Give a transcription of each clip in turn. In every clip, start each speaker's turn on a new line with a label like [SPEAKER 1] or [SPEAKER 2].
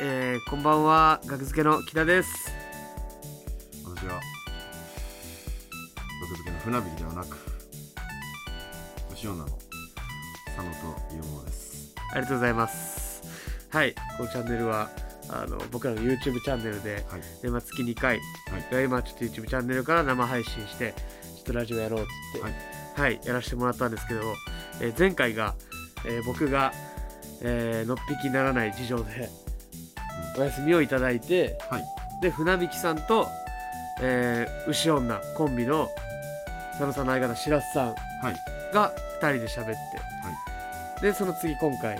[SPEAKER 1] ーこんばんは学付けの木田です
[SPEAKER 2] こんにちは。毒づけの船引きではなく、牛女の佐野というものです。
[SPEAKER 1] ありがとうございますはいこのチャンネルはあの僕らの YouTube チャンネルで
[SPEAKER 2] はい。
[SPEAKER 1] でまあ月2回
[SPEAKER 2] はい。
[SPEAKER 1] が今ちょっと YouTube チャンネルから生配信してちょっとラジオやろうっつって
[SPEAKER 2] は
[SPEAKER 1] はいい、やらせてもらったんですけど、えー前回が、えー僕が、えーのっぴきならない事情でお休みをいただいて
[SPEAKER 2] はい。
[SPEAKER 1] で船引きさんと、えー牛女コンビの佐野さんの相方白洲さん
[SPEAKER 2] はい。
[SPEAKER 1] が2人で喋って、でその次今回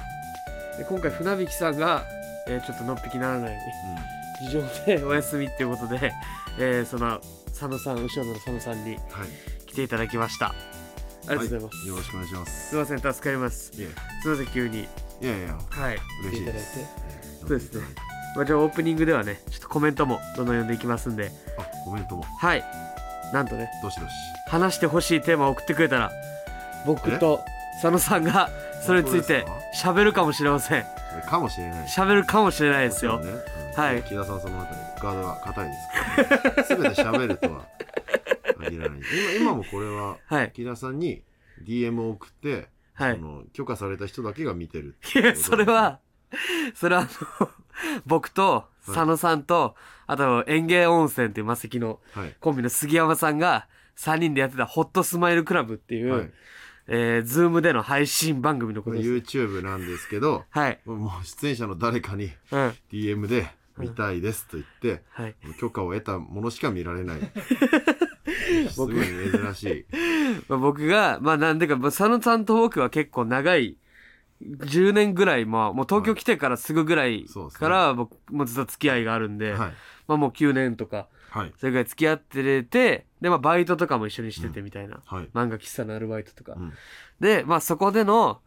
[SPEAKER 1] で今回船引きさんが、えーちょっとのっぴきならない事情でお休みっていうことで、えーその佐野さん後ろの佐野さんに
[SPEAKER 2] うん。はい。
[SPEAKER 1] 来ていただきましたありがとうございます、
[SPEAKER 2] はよろしくお願いします。
[SPEAKER 1] すいません助かります
[SPEAKER 2] いえ
[SPEAKER 1] すいません急に
[SPEAKER 2] いやいや、
[SPEAKER 1] はい
[SPEAKER 2] 嬉しいで
[SPEAKER 1] 来てい
[SPEAKER 2] す。
[SPEAKER 1] ただいて
[SPEAKER 2] ええ
[SPEAKER 1] そうですね。まあ、じゃあオープニングではねちょっとコメントもどんどん読んでいきますんで
[SPEAKER 2] あ、コメントも、
[SPEAKER 1] はいなんとね
[SPEAKER 2] どしどし。
[SPEAKER 1] 話してほしいテーマを送ってくれたら僕と佐野さんがそれについて
[SPEAKER 2] 本当
[SPEAKER 1] 喋るかもしれません
[SPEAKER 2] かもしれない。
[SPEAKER 1] 喋るかもしれないです
[SPEAKER 2] も
[SPEAKER 1] よ
[SPEAKER 2] ちろんねうん
[SPEAKER 1] はい
[SPEAKER 2] 木田さんその中でガードが硬いですから、ね、全て喋るとは限らない。今今もこれは、
[SPEAKER 1] はい
[SPEAKER 2] 木田さんに DM を送って、
[SPEAKER 1] は
[SPEAKER 2] あ
[SPEAKER 1] い
[SPEAKER 2] の許可された人だけが見てる
[SPEAKER 1] いやそれはそれはあ の僕と
[SPEAKER 2] い
[SPEAKER 1] 佐野さんとあと園芸温泉っていうマセキの
[SPEAKER 2] はい、
[SPEAKER 1] コンビの杉山さんが3人でやってたホットスマイルクラブっていう、
[SPEAKER 2] はい
[SPEAKER 1] えー、ズームでの配信番組のことです。
[SPEAKER 2] YouTube なんですけど
[SPEAKER 1] はい。
[SPEAKER 2] もう出演者の誰かに
[SPEAKER 1] うん。
[SPEAKER 2] DM で見たいですと言って、
[SPEAKER 1] はい。
[SPEAKER 2] 許可を得たものしか見ら れないすご
[SPEAKER 1] 僕
[SPEAKER 2] い珍しい
[SPEAKER 1] まあ、僕が、まあなんでか、まあ佐野さんと僕は結構長い、10年ぐらい、まあもう東京来てからすぐぐらい
[SPEAKER 2] そうですね
[SPEAKER 1] から、僕もうずっと付き合いがあるんで、
[SPEAKER 2] はい
[SPEAKER 1] まあもう9年とか、
[SPEAKER 2] はい
[SPEAKER 1] それぐらい付き合ってて、で、まあバイトとかも一緒にしててみたいな。
[SPEAKER 2] はい、
[SPEAKER 1] 漫画喫茶のアルバイトとか。
[SPEAKER 2] うん、
[SPEAKER 1] で、まあそこでの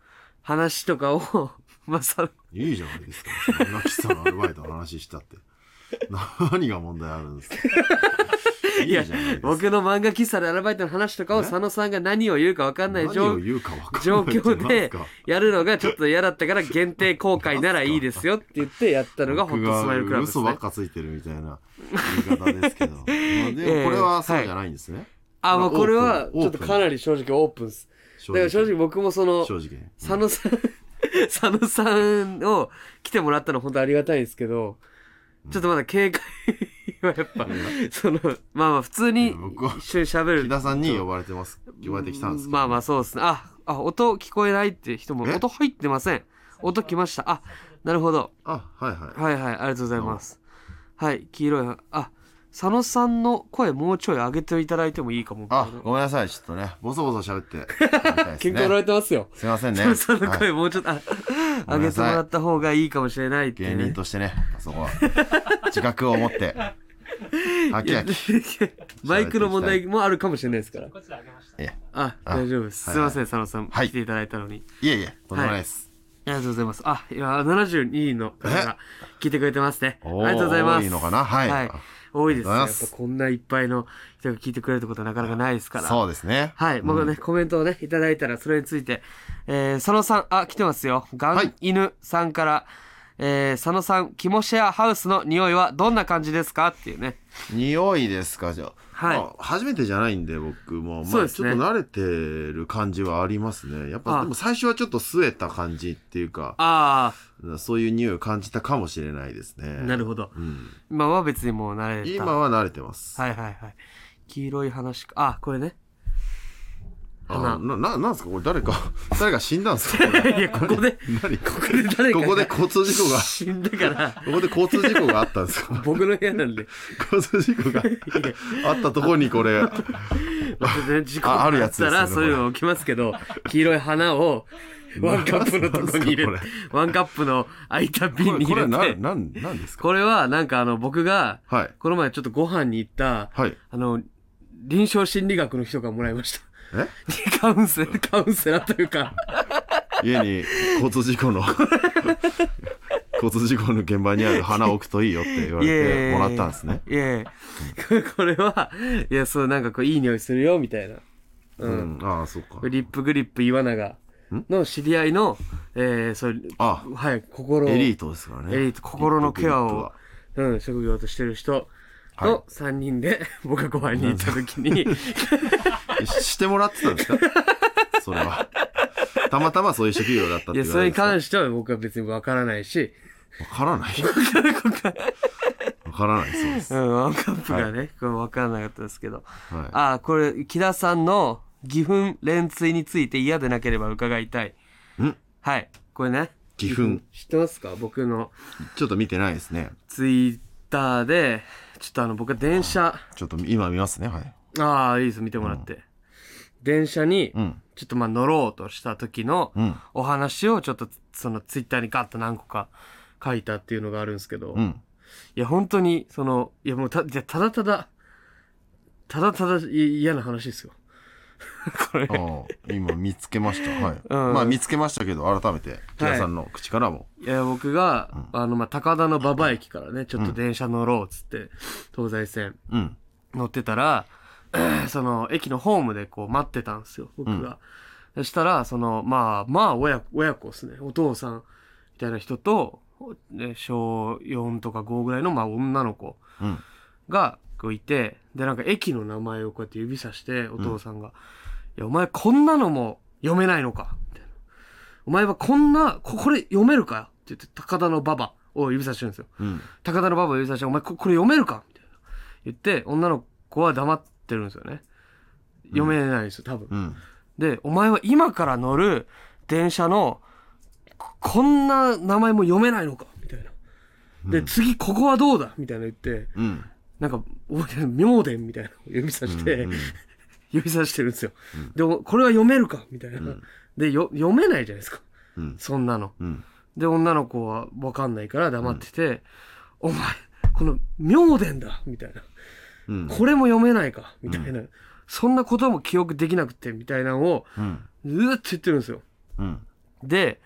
[SPEAKER 1] 話とかを、 まあさ、
[SPEAKER 2] いいじゃないですか泣きさんのアルバイトの話したって 何が問題あるんですかいい
[SPEAKER 1] い
[SPEAKER 2] じゃ
[SPEAKER 1] や
[SPEAKER 2] ないですか
[SPEAKER 1] 僕の漫画喫茶でアルバイトの話とかを
[SPEAKER 2] え
[SPEAKER 1] 佐野さんが何を言うか分かんない
[SPEAKER 2] 何を
[SPEAKER 1] 状
[SPEAKER 2] 言うか分かんない
[SPEAKER 1] 状況でやるのがちょっと嫌だったから限定公開ならいいですよって言ってやったのがホ
[SPEAKER 2] 僕
[SPEAKER 1] ットスマイルクラ
[SPEAKER 2] が
[SPEAKER 1] ブです
[SPEAKER 2] 嘘ば
[SPEAKER 1] ね
[SPEAKER 2] っ。かついてるみたいな言い方です けど、まあでもこれはそうじゃないんですね、
[SPEAKER 1] あ、もうこれは
[SPEAKER 2] オー
[SPEAKER 1] ち
[SPEAKER 2] プン
[SPEAKER 1] ょっとかなり正直オープンです。
[SPEAKER 2] 正
[SPEAKER 1] だから正直僕もその
[SPEAKER 2] 正直ね
[SPEAKER 1] 佐野さん、佐野さんを来てもらったの本当ありがたいんですけど、ちょっとまだ警戒はやっぱ、その、まあまあ普通
[SPEAKER 2] い
[SPEAKER 1] に
[SPEAKER 2] や僕は
[SPEAKER 1] 一緒に喋
[SPEAKER 2] 木
[SPEAKER 1] る。
[SPEAKER 2] 田さんに呼ばれてます呼ばれてきたんですけど、
[SPEAKER 1] まあまあそうですね。あ、あ、音聞こえないって人も、
[SPEAKER 2] え
[SPEAKER 1] 音入ってません。音来ました。あ、なるほど。
[SPEAKER 2] あはいはい
[SPEAKER 1] はいはい、ありがとうございます。はい、黄色い。あ、佐野さんの声もうちょい上げていただいてもいいかも。
[SPEAKER 2] あごめんなさいちょっとねボソボソ喋ってみ たいです
[SPEAKER 1] 喧嘩売ら
[SPEAKER 2] ね
[SPEAKER 1] れてますよ。
[SPEAKER 2] すいません ね
[SPEAKER 1] 佐野さんの
[SPEAKER 2] はい
[SPEAKER 1] 声もうちょっと、あ上
[SPEAKER 2] ごめん
[SPEAKER 1] げて
[SPEAKER 2] なさ
[SPEAKER 1] も
[SPEAKER 2] い
[SPEAKER 1] らった方がいいかもしれないってい
[SPEAKER 2] 芸
[SPEAKER 1] うね、
[SPEAKER 2] 人としてね そこは自覚を持ってはきはき
[SPEAKER 1] マイクの問題もあるかもしれないですから。
[SPEAKER 2] いや
[SPEAKER 1] あ、
[SPEAKER 2] あ
[SPEAKER 1] 大丈夫です。す
[SPEAKER 2] はい
[SPEAKER 1] い
[SPEAKER 2] はい
[SPEAKER 1] ません、佐野さん、
[SPEAKER 2] はい
[SPEAKER 1] 来ていただいたのに。
[SPEAKER 2] いえいえとんでもないです、
[SPEAKER 1] ありがとうございます。あ、いや、72人の方が聞いてくれてますね。あり
[SPEAKER 2] おー
[SPEAKER 1] がとうございます。
[SPEAKER 2] 多いのかなはい
[SPEAKER 1] 多いですね。
[SPEAKER 2] ありがとうござい
[SPEAKER 1] やっ
[SPEAKER 2] ます
[SPEAKER 1] ぱこんないっぱいの人が聞いてくれるってことはなかなかないですから。
[SPEAKER 2] そうですね
[SPEAKER 1] はい、
[SPEAKER 2] も
[SPEAKER 1] 僕
[SPEAKER 2] う
[SPEAKER 1] はね、コメントをね、いただいたら、それについて、えー、佐野さん、あ、来てますよ。ガン、
[SPEAKER 2] はい
[SPEAKER 1] 犬さんから、えー、佐野さん、キモシェアハウスの匂いはどんな感じですかっていうね。
[SPEAKER 2] 匂いですかじゃあ、
[SPEAKER 1] はい
[SPEAKER 2] まあ初めてじゃないんで僕も、
[SPEAKER 1] そう
[SPEAKER 2] まあ、
[SPEAKER 1] で
[SPEAKER 2] ち
[SPEAKER 1] す
[SPEAKER 2] ょ
[SPEAKER 1] ね
[SPEAKER 2] っと慣れてる感じはありますねやっ
[SPEAKER 1] あ
[SPEAKER 2] ぱでも最初はちょっと据えた感じっていうか
[SPEAKER 1] あ
[SPEAKER 2] そういう匂いを感じたかもしれないですね
[SPEAKER 1] あ、なるほど。
[SPEAKER 2] うん、
[SPEAKER 1] 今は別にもう慣れた。
[SPEAKER 2] 今は慣れてます。
[SPEAKER 1] はいはいはい。黄色い話か。あ、これ ね。
[SPEAKER 2] あな、な、なんですかこれ誰か、誰か死んだんですかこれ
[SPEAKER 1] いや、ここで、こ
[SPEAKER 2] 何こ
[SPEAKER 1] こで誰かが
[SPEAKER 2] こで交通事故 が、
[SPEAKER 1] 死んだから、
[SPEAKER 2] ここで交通事故があったんですか
[SPEAKER 1] 僕の部屋 なんで。
[SPEAKER 2] 交通 事故があったところにこれ、
[SPEAKER 1] まあ全然事故
[SPEAKER 2] ああ
[SPEAKER 1] があ
[SPEAKER 2] るや
[SPEAKER 1] っ
[SPEAKER 2] つ
[SPEAKER 1] た
[SPEAKER 2] です
[SPEAKER 1] ら、
[SPEAKER 2] よね
[SPEAKER 1] そういうの起きますけど、黄色い花 を、ワンカップのとこに入れて
[SPEAKER 2] なんすか、
[SPEAKER 1] ワンカップの空いた瓶
[SPEAKER 2] こ
[SPEAKER 1] に
[SPEAKER 2] れ、これ
[SPEAKER 1] 入
[SPEAKER 2] な
[SPEAKER 1] れて
[SPEAKER 2] ん、、なん、なんですか
[SPEAKER 1] これはなんかあの僕が
[SPEAKER 2] はい。
[SPEAKER 1] この前ちょっとご飯に行った
[SPEAKER 2] はい。
[SPEAKER 1] あの臨床心理学の人がもらいま した
[SPEAKER 2] え
[SPEAKER 1] カウンセラーカウンセラーというか
[SPEAKER 2] 家に交通事 故の、交通事故の現場にある花を置くといいよって言われてもらったんですね。
[SPEAKER 1] いやいや これはいやそうなんかこういい匂いするよみたいなう、
[SPEAKER 2] うんん、ああ、そうか。
[SPEAKER 1] リップグリップ岩永
[SPEAKER 2] う
[SPEAKER 1] の知り合いの、えー、そういう
[SPEAKER 2] あ
[SPEAKER 1] はい、心を
[SPEAKER 2] エリートですからね
[SPEAKER 1] エリート心のケア
[SPEAKER 2] リップグリップ
[SPEAKER 1] を
[SPEAKER 2] は、
[SPEAKER 1] うん、職業としてる人
[SPEAKER 2] はい
[SPEAKER 1] と3人で、 僕がご飯に行った時 に
[SPEAKER 2] えししてもらってたんです かそれはたまたまそういう職業だったって
[SPEAKER 1] い
[SPEAKER 2] い
[SPEAKER 1] や
[SPEAKER 2] う
[SPEAKER 1] それに
[SPEAKER 2] わ
[SPEAKER 1] 関しては僕は別にわからないし、
[SPEAKER 2] からない わからないそうです、
[SPEAKER 1] う
[SPEAKER 2] は
[SPEAKER 1] ん、ワンカップがね、これわからなかったですけど
[SPEAKER 2] い、
[SPEAKER 1] ああこれ木田さんの義憤連追について嫌でなければ伺いたい
[SPEAKER 2] ん
[SPEAKER 1] はいこれね
[SPEAKER 2] 義憤
[SPEAKER 1] 知ってますか僕の
[SPEAKER 2] ちょっと見てないですね
[SPEAKER 1] ツイッターでちょっとあの僕は電車
[SPEAKER 2] ちょっと今見ますねはい
[SPEAKER 1] ああいいです見てもらって、電車に
[SPEAKER 2] うん
[SPEAKER 1] ちょっとまあ乗ろうとした時の
[SPEAKER 2] うん
[SPEAKER 1] お話をちょっとそのツイッターにガッと何個か書いたっていうのがあるんですけど、
[SPEAKER 2] う
[SPEAKER 1] い
[SPEAKER 2] ん
[SPEAKER 1] や本当にそのいやもうたいやただただただただい嫌な話ですよこれ
[SPEAKER 2] ああ今見つけ ましたはい、
[SPEAKER 1] うん
[SPEAKER 2] まあ見つけましたけど改めて木田さんの口からも、
[SPEAKER 1] いや、僕が、あの、まあ、高田の馬場駅からね、ちょっと電車乗ろうっつって、東西線
[SPEAKER 2] うん
[SPEAKER 1] 乗ってたら、 その、駅のホームでこう待ってたんですよ、僕が。そしたら、その、まあ、まあ、親子、親子ですね。お父さん、みたいな人と、ね、小4とか5ぐらいの、まあ、女の子
[SPEAKER 2] うん
[SPEAKER 1] が、こういて、で、なんか駅の名前をこうやって指さして、お父さんが、いや、お前こんなのも読めないのかみたいな。お前はこんな、こ、これ読めるかって言って、高田の馬場を指さしてるんですよ。
[SPEAKER 2] うん
[SPEAKER 1] 高田の馬場を指さして、お前ここれ読めるかみたいな。言って、女の子は黙ってるんですよね。読めないんですよ、多分。
[SPEAKER 2] うん
[SPEAKER 1] で、お前は今から乗る電車の、ここんな名前も読めないのかみたいな。で、
[SPEAKER 2] うん
[SPEAKER 1] 次ここはどうだみたいな言って、
[SPEAKER 2] うん
[SPEAKER 1] なんか、覚えてる妙伝みたいなのを指さして、
[SPEAKER 2] うん
[SPEAKER 1] 指さしてるんですよ。で、おこれは読めるかみたいな。
[SPEAKER 2] ん
[SPEAKER 1] でよ、読めないじゃないですか。
[SPEAKER 2] うん
[SPEAKER 1] そんなの。
[SPEAKER 2] うん
[SPEAKER 1] で、女の子はわかんないから黙ってて、お前、この、妙伝だみたいな。
[SPEAKER 2] うん
[SPEAKER 1] これも読めないかみたいな。そんなことも記憶できなくて、みたいなのを、
[SPEAKER 2] うん
[SPEAKER 1] ずーっと言ってるんですよ。
[SPEAKER 2] うん
[SPEAKER 1] で、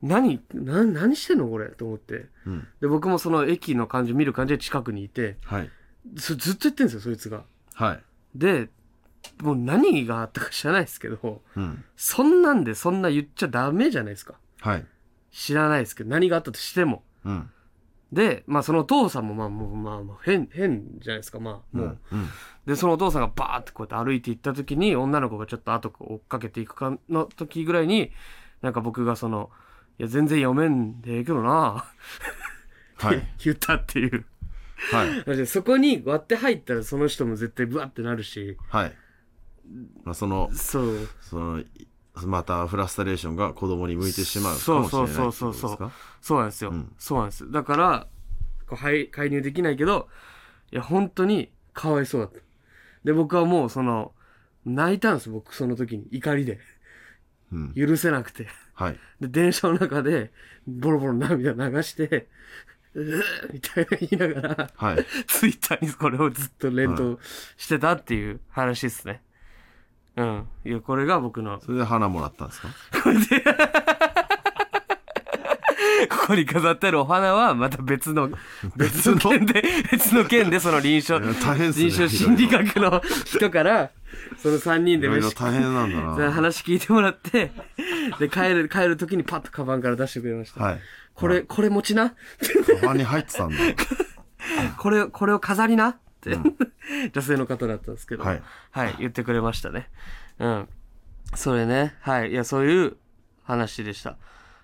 [SPEAKER 1] 何、な何してんのこれと思って。
[SPEAKER 2] うん
[SPEAKER 1] で、僕もその駅の感じ、見る感じで近くにいて、
[SPEAKER 2] はい
[SPEAKER 1] ずずっと言ってるんですよ、そいつが。
[SPEAKER 2] はい
[SPEAKER 1] で、もう何があったか知らないですけど、
[SPEAKER 2] うん
[SPEAKER 1] そんなんでそんな言っちゃダメじゃないですか。
[SPEAKER 2] はい
[SPEAKER 1] 知らないですけど、何があったとしても。
[SPEAKER 2] うん
[SPEAKER 1] で、まあそのお父さんもまあもう、まあまあ変、変じゃないですか、まあもう。
[SPEAKER 2] うん
[SPEAKER 1] で、そのお父さんがバーってこうやって歩いていった時に、女の子がちょっと後を追っかけていくかの時ぐらいに、なんか僕がその、いや全然読めんでええけどなっ
[SPEAKER 2] は
[SPEAKER 1] て
[SPEAKER 2] い
[SPEAKER 1] 言ったっていう。
[SPEAKER 2] はい
[SPEAKER 1] だってそこに割って入ったらその人も絶対ブワってなるし、
[SPEAKER 2] はいまあその
[SPEAKER 1] そう。
[SPEAKER 2] そのいまたフラストレーションが子供に向いてしまうかもしれないってことですか
[SPEAKER 1] そうそうそうそうそうなんですよ。
[SPEAKER 2] うん
[SPEAKER 1] そうなんです。だから、こうはい介入できないけど、いや、本当にかわいそうだった。で、僕はもう、その、泣いたんです、僕、その時に。怒りで。
[SPEAKER 2] うん
[SPEAKER 1] 許せなくて。
[SPEAKER 2] はい
[SPEAKER 1] で、電車の中で、ボロボロ涙流して、うーみたいな言いながら、
[SPEAKER 2] はい
[SPEAKER 1] ツイッターにこれをずっと連投してたっていう話ですね。うん。いや、これが僕の、
[SPEAKER 2] それで花もらったんですか
[SPEAKER 1] ここに飾ってあるお花は、また別 の、別の件で、別の件で、その臨床
[SPEAKER 2] いや、大変っすね
[SPEAKER 1] 臨床心理学の人から、その3人
[SPEAKER 2] い
[SPEAKER 1] で
[SPEAKER 2] ろい
[SPEAKER 1] 飯
[SPEAKER 2] ろ
[SPEAKER 1] 食
[SPEAKER 2] 大変なんだ
[SPEAKER 1] その
[SPEAKER 2] な
[SPEAKER 1] 話聞いてもらって、で、帰る、帰る時にパッとカバンから出してくれました。
[SPEAKER 2] はい
[SPEAKER 1] これ、これ持ちな
[SPEAKER 2] カバンに入って たんだ
[SPEAKER 1] これ、これを飾りなって、 女性の方だったんですけど、
[SPEAKER 2] はい
[SPEAKER 1] 言ってくれましたね。うん。それね、はい。いや、そういう話でした。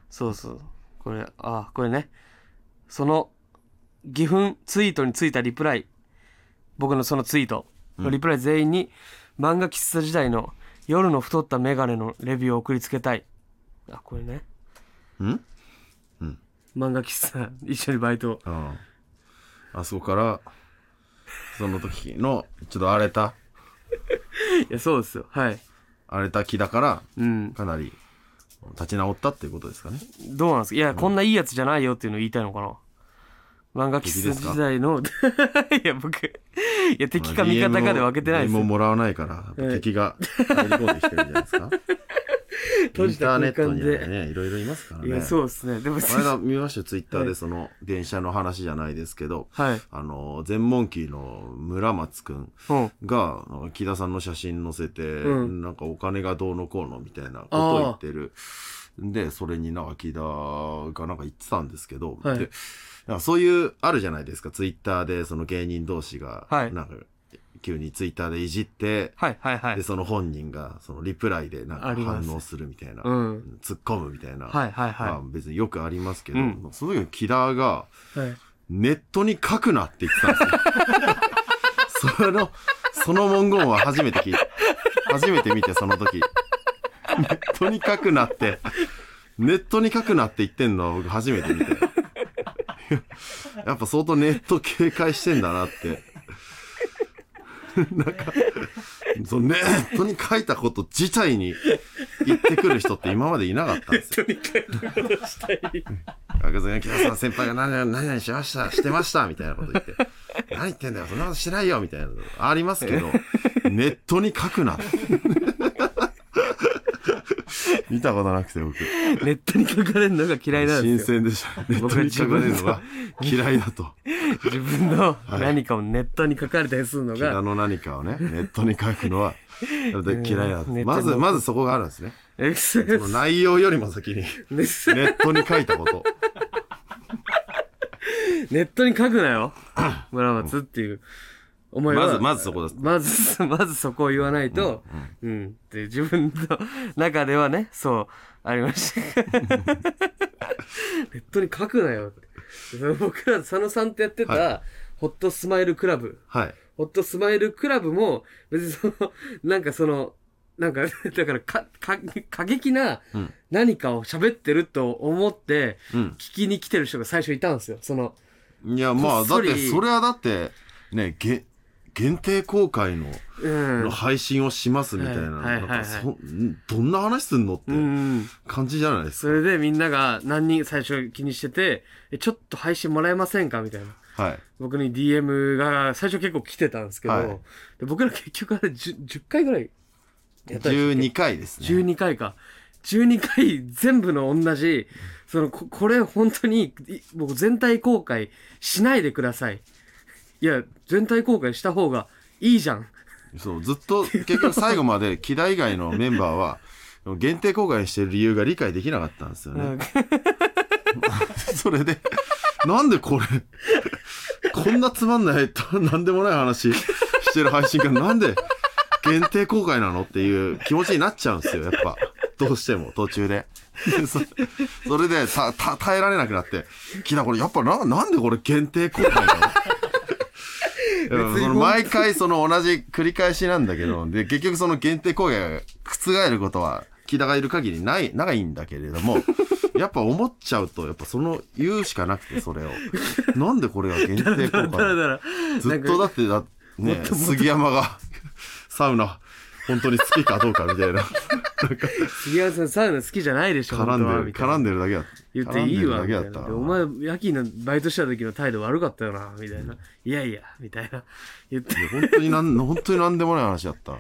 [SPEAKER 1] そうそう。これ、あ、これね。その、義憤ツイートについたリプライ、僕のそのツイートのリプライ全員に、漫画喫茶時代の夜の太ったメガネのレビューを送りつけたい。あ、これね。
[SPEAKER 2] ん
[SPEAKER 1] 漫画喫茶、一緒にバイト。
[SPEAKER 2] うんあそこからその時のちょっと荒れた
[SPEAKER 1] いや、そうですよ。はい。
[SPEAKER 2] 荒れた木だから
[SPEAKER 1] うん。
[SPEAKER 2] かなり立ち直ったっていうことですかね
[SPEAKER 1] どうなんですかいや、こんないいやつじゃないよっていうのを言いたいのかな漫画喫茶時代の、 いや、僕、いや、敵か味方かで分けてないです
[SPEAKER 2] も
[SPEAKER 1] よ。
[SPEAKER 2] もらわないからやっぱ敵が入り込んできてるんじゃないですか
[SPEAKER 1] 閉
[SPEAKER 2] イン
[SPEAKER 1] じた
[SPEAKER 2] ターネ
[SPEAKER 1] 空
[SPEAKER 2] ット
[SPEAKER 1] 間
[SPEAKER 2] に
[SPEAKER 1] で
[SPEAKER 2] はねいろいろいますから
[SPEAKER 1] い
[SPEAKER 2] ね
[SPEAKER 1] やそうですねでも
[SPEAKER 2] 前が見ましたよツイッター
[SPEAKER 1] は
[SPEAKER 2] で
[SPEAKER 1] い
[SPEAKER 2] その電車の話じゃないですけど、
[SPEAKER 1] はい
[SPEAKER 2] あの全問キーの村松くん
[SPEAKER 1] うん
[SPEAKER 2] があの木田さんの写真載せて、
[SPEAKER 1] うん
[SPEAKER 2] なんかお金がどうのこうのみたいなことを言ってるでそれになんか木田がなんか言ってたんですけど、
[SPEAKER 1] はい
[SPEAKER 2] でなんかそういうあるじゃないですかツイッターでその芸人同士が
[SPEAKER 1] は
[SPEAKER 2] ないんか急にツイッターでいじって、
[SPEAKER 1] はいはいはい
[SPEAKER 2] でその本人がそのリプライでなん
[SPEAKER 1] あ
[SPEAKER 2] か
[SPEAKER 1] ります
[SPEAKER 2] 反応するみたいな、
[SPEAKER 1] うん
[SPEAKER 2] 突っ込むみたいな、
[SPEAKER 1] はいはい
[SPEAKER 2] まあ
[SPEAKER 1] は
[SPEAKER 2] 別によくありますけど、
[SPEAKER 1] うん
[SPEAKER 2] その時の木田が
[SPEAKER 1] いはい
[SPEAKER 2] ネットに書くなって言ってたんですよ。その、その文言は初めて聞いた。初めて見て、その時。ネットに書くなって、ネットに書くなって言ってんのは僕初めて見て。やっぱ相当ネット警戒してんだなって。 なんか、そのネットに書いたこと自体に言ってくる人って今までいなかったんですよ。
[SPEAKER 1] とにかく戻したい
[SPEAKER 2] 学生が木田さん先輩が何々何々しました、してました、みたいなこと言って、何言ってんだよ、そんなことしないよ、みたいなのありますけど、ネットに書くな。見たことなくて僕、
[SPEAKER 1] ネットに書かれるのが嫌いなん
[SPEAKER 2] 新
[SPEAKER 1] ですよ
[SPEAKER 2] 鮮でした。ネットに書かれるのが嫌いだと。
[SPEAKER 1] 自分の
[SPEAKER 2] い
[SPEAKER 1] 何かをネットに書かれたりするの
[SPEAKER 2] 木
[SPEAKER 1] が、
[SPEAKER 2] 田の何かをね、ネットに書くのは、嫌いだと。
[SPEAKER 1] うん
[SPEAKER 2] まず、まずそこがあるんですね。
[SPEAKER 1] エクセ
[SPEAKER 2] その内容よりも 先に、
[SPEAKER 1] ネ
[SPEAKER 2] ネットに書いたこと。
[SPEAKER 1] ネットに書くなよ村松っていう思いは
[SPEAKER 2] まず、まずそこです。
[SPEAKER 1] まず、まずそこを言わないと、うん、って自分の中ではね、そう、ありました。ネットに書くなよって。その僕ら、佐野さんとやってた、
[SPEAKER 2] は
[SPEAKER 1] ホットスマイルクラブ。
[SPEAKER 2] はい。
[SPEAKER 1] ホットスマイルクラブも、別にその、なんかその、なんか、 だからか、か、過激な
[SPEAKER 2] うん
[SPEAKER 1] 何かを喋ってると思って、
[SPEAKER 2] うん。
[SPEAKER 1] 聞きに来てる人が最初いたんですよ。その、
[SPEAKER 2] いや、ま
[SPEAKER 1] こ
[SPEAKER 2] あ、
[SPEAKER 1] っ
[SPEAKER 2] だっ
[SPEAKER 1] そり
[SPEAKER 2] て、それはだって、ね、げ、限定公開の、
[SPEAKER 1] うん。
[SPEAKER 2] 配信をしますみたいな。
[SPEAKER 1] はいはいはいはい
[SPEAKER 2] なんかそんどんな話すんのっ
[SPEAKER 1] う
[SPEAKER 2] て
[SPEAKER 1] ん。
[SPEAKER 2] 感じじゃないです
[SPEAKER 1] それでみんなが何人最初気にしてて、えちょっと配信もらえませんかみたいな。
[SPEAKER 2] か。はい。
[SPEAKER 1] 僕に DM が最初結構来てたんですけど、
[SPEAKER 2] はい
[SPEAKER 1] で僕ら結局あれ 10, 10回ぐらいやったでしょ
[SPEAKER 2] 12回ですね。
[SPEAKER 1] 12回か。12回全部の同じ、その、ここれ本当に、い僕全体公開しないでください。いや、全体公開した方がいいじゃん。
[SPEAKER 2] そう、ずっと、結局最後ま で、木田以外のメンバーは、限定公開してる理由が理解できなかったんですよね。 それで、なんでこれ、こんなつまんない、となんでもない話してる配信がなんで限定公開なのっていう気持ちになっちゃうんですよ、やっぱ。どうしても、途中で。 でそそれでたた、耐えられなくなって、キダこれ、やっぱな、なんでこれ限定公開なのうんその毎回その同じ繰り返しなんだけど、で、結局その限定公開が覆ることは、木田がいる限りない、ないんだけれども、やっぱ思っちゃうと、やっぱその言うしかなくて、それを。なんでこれが限定公
[SPEAKER 1] だ
[SPEAKER 2] 開
[SPEAKER 1] ら
[SPEAKER 2] なの
[SPEAKER 1] だら。
[SPEAKER 2] ずっとだってだ、ね、
[SPEAKER 1] ともっと
[SPEAKER 2] 杉山がサウナ、本当に好きかどうかみ たいな、
[SPEAKER 1] 杉山さんサウナ好きじゃないでしょ、
[SPEAKER 2] 絡ん
[SPEAKER 1] 本当は
[SPEAKER 2] でる、
[SPEAKER 1] みたいな
[SPEAKER 2] 絡んでるだけだ
[SPEAKER 1] 言っていいわ
[SPEAKER 2] 絡ん
[SPEAKER 1] みたい
[SPEAKER 2] でるだけ
[SPEAKER 1] な
[SPEAKER 2] だった
[SPEAKER 1] で
[SPEAKER 2] な
[SPEAKER 1] お前夜勤のバイトした時の態度悪かったよなみたいな、いやいやみたいな言って
[SPEAKER 2] いや本当になん、 本当になんでもない話だった。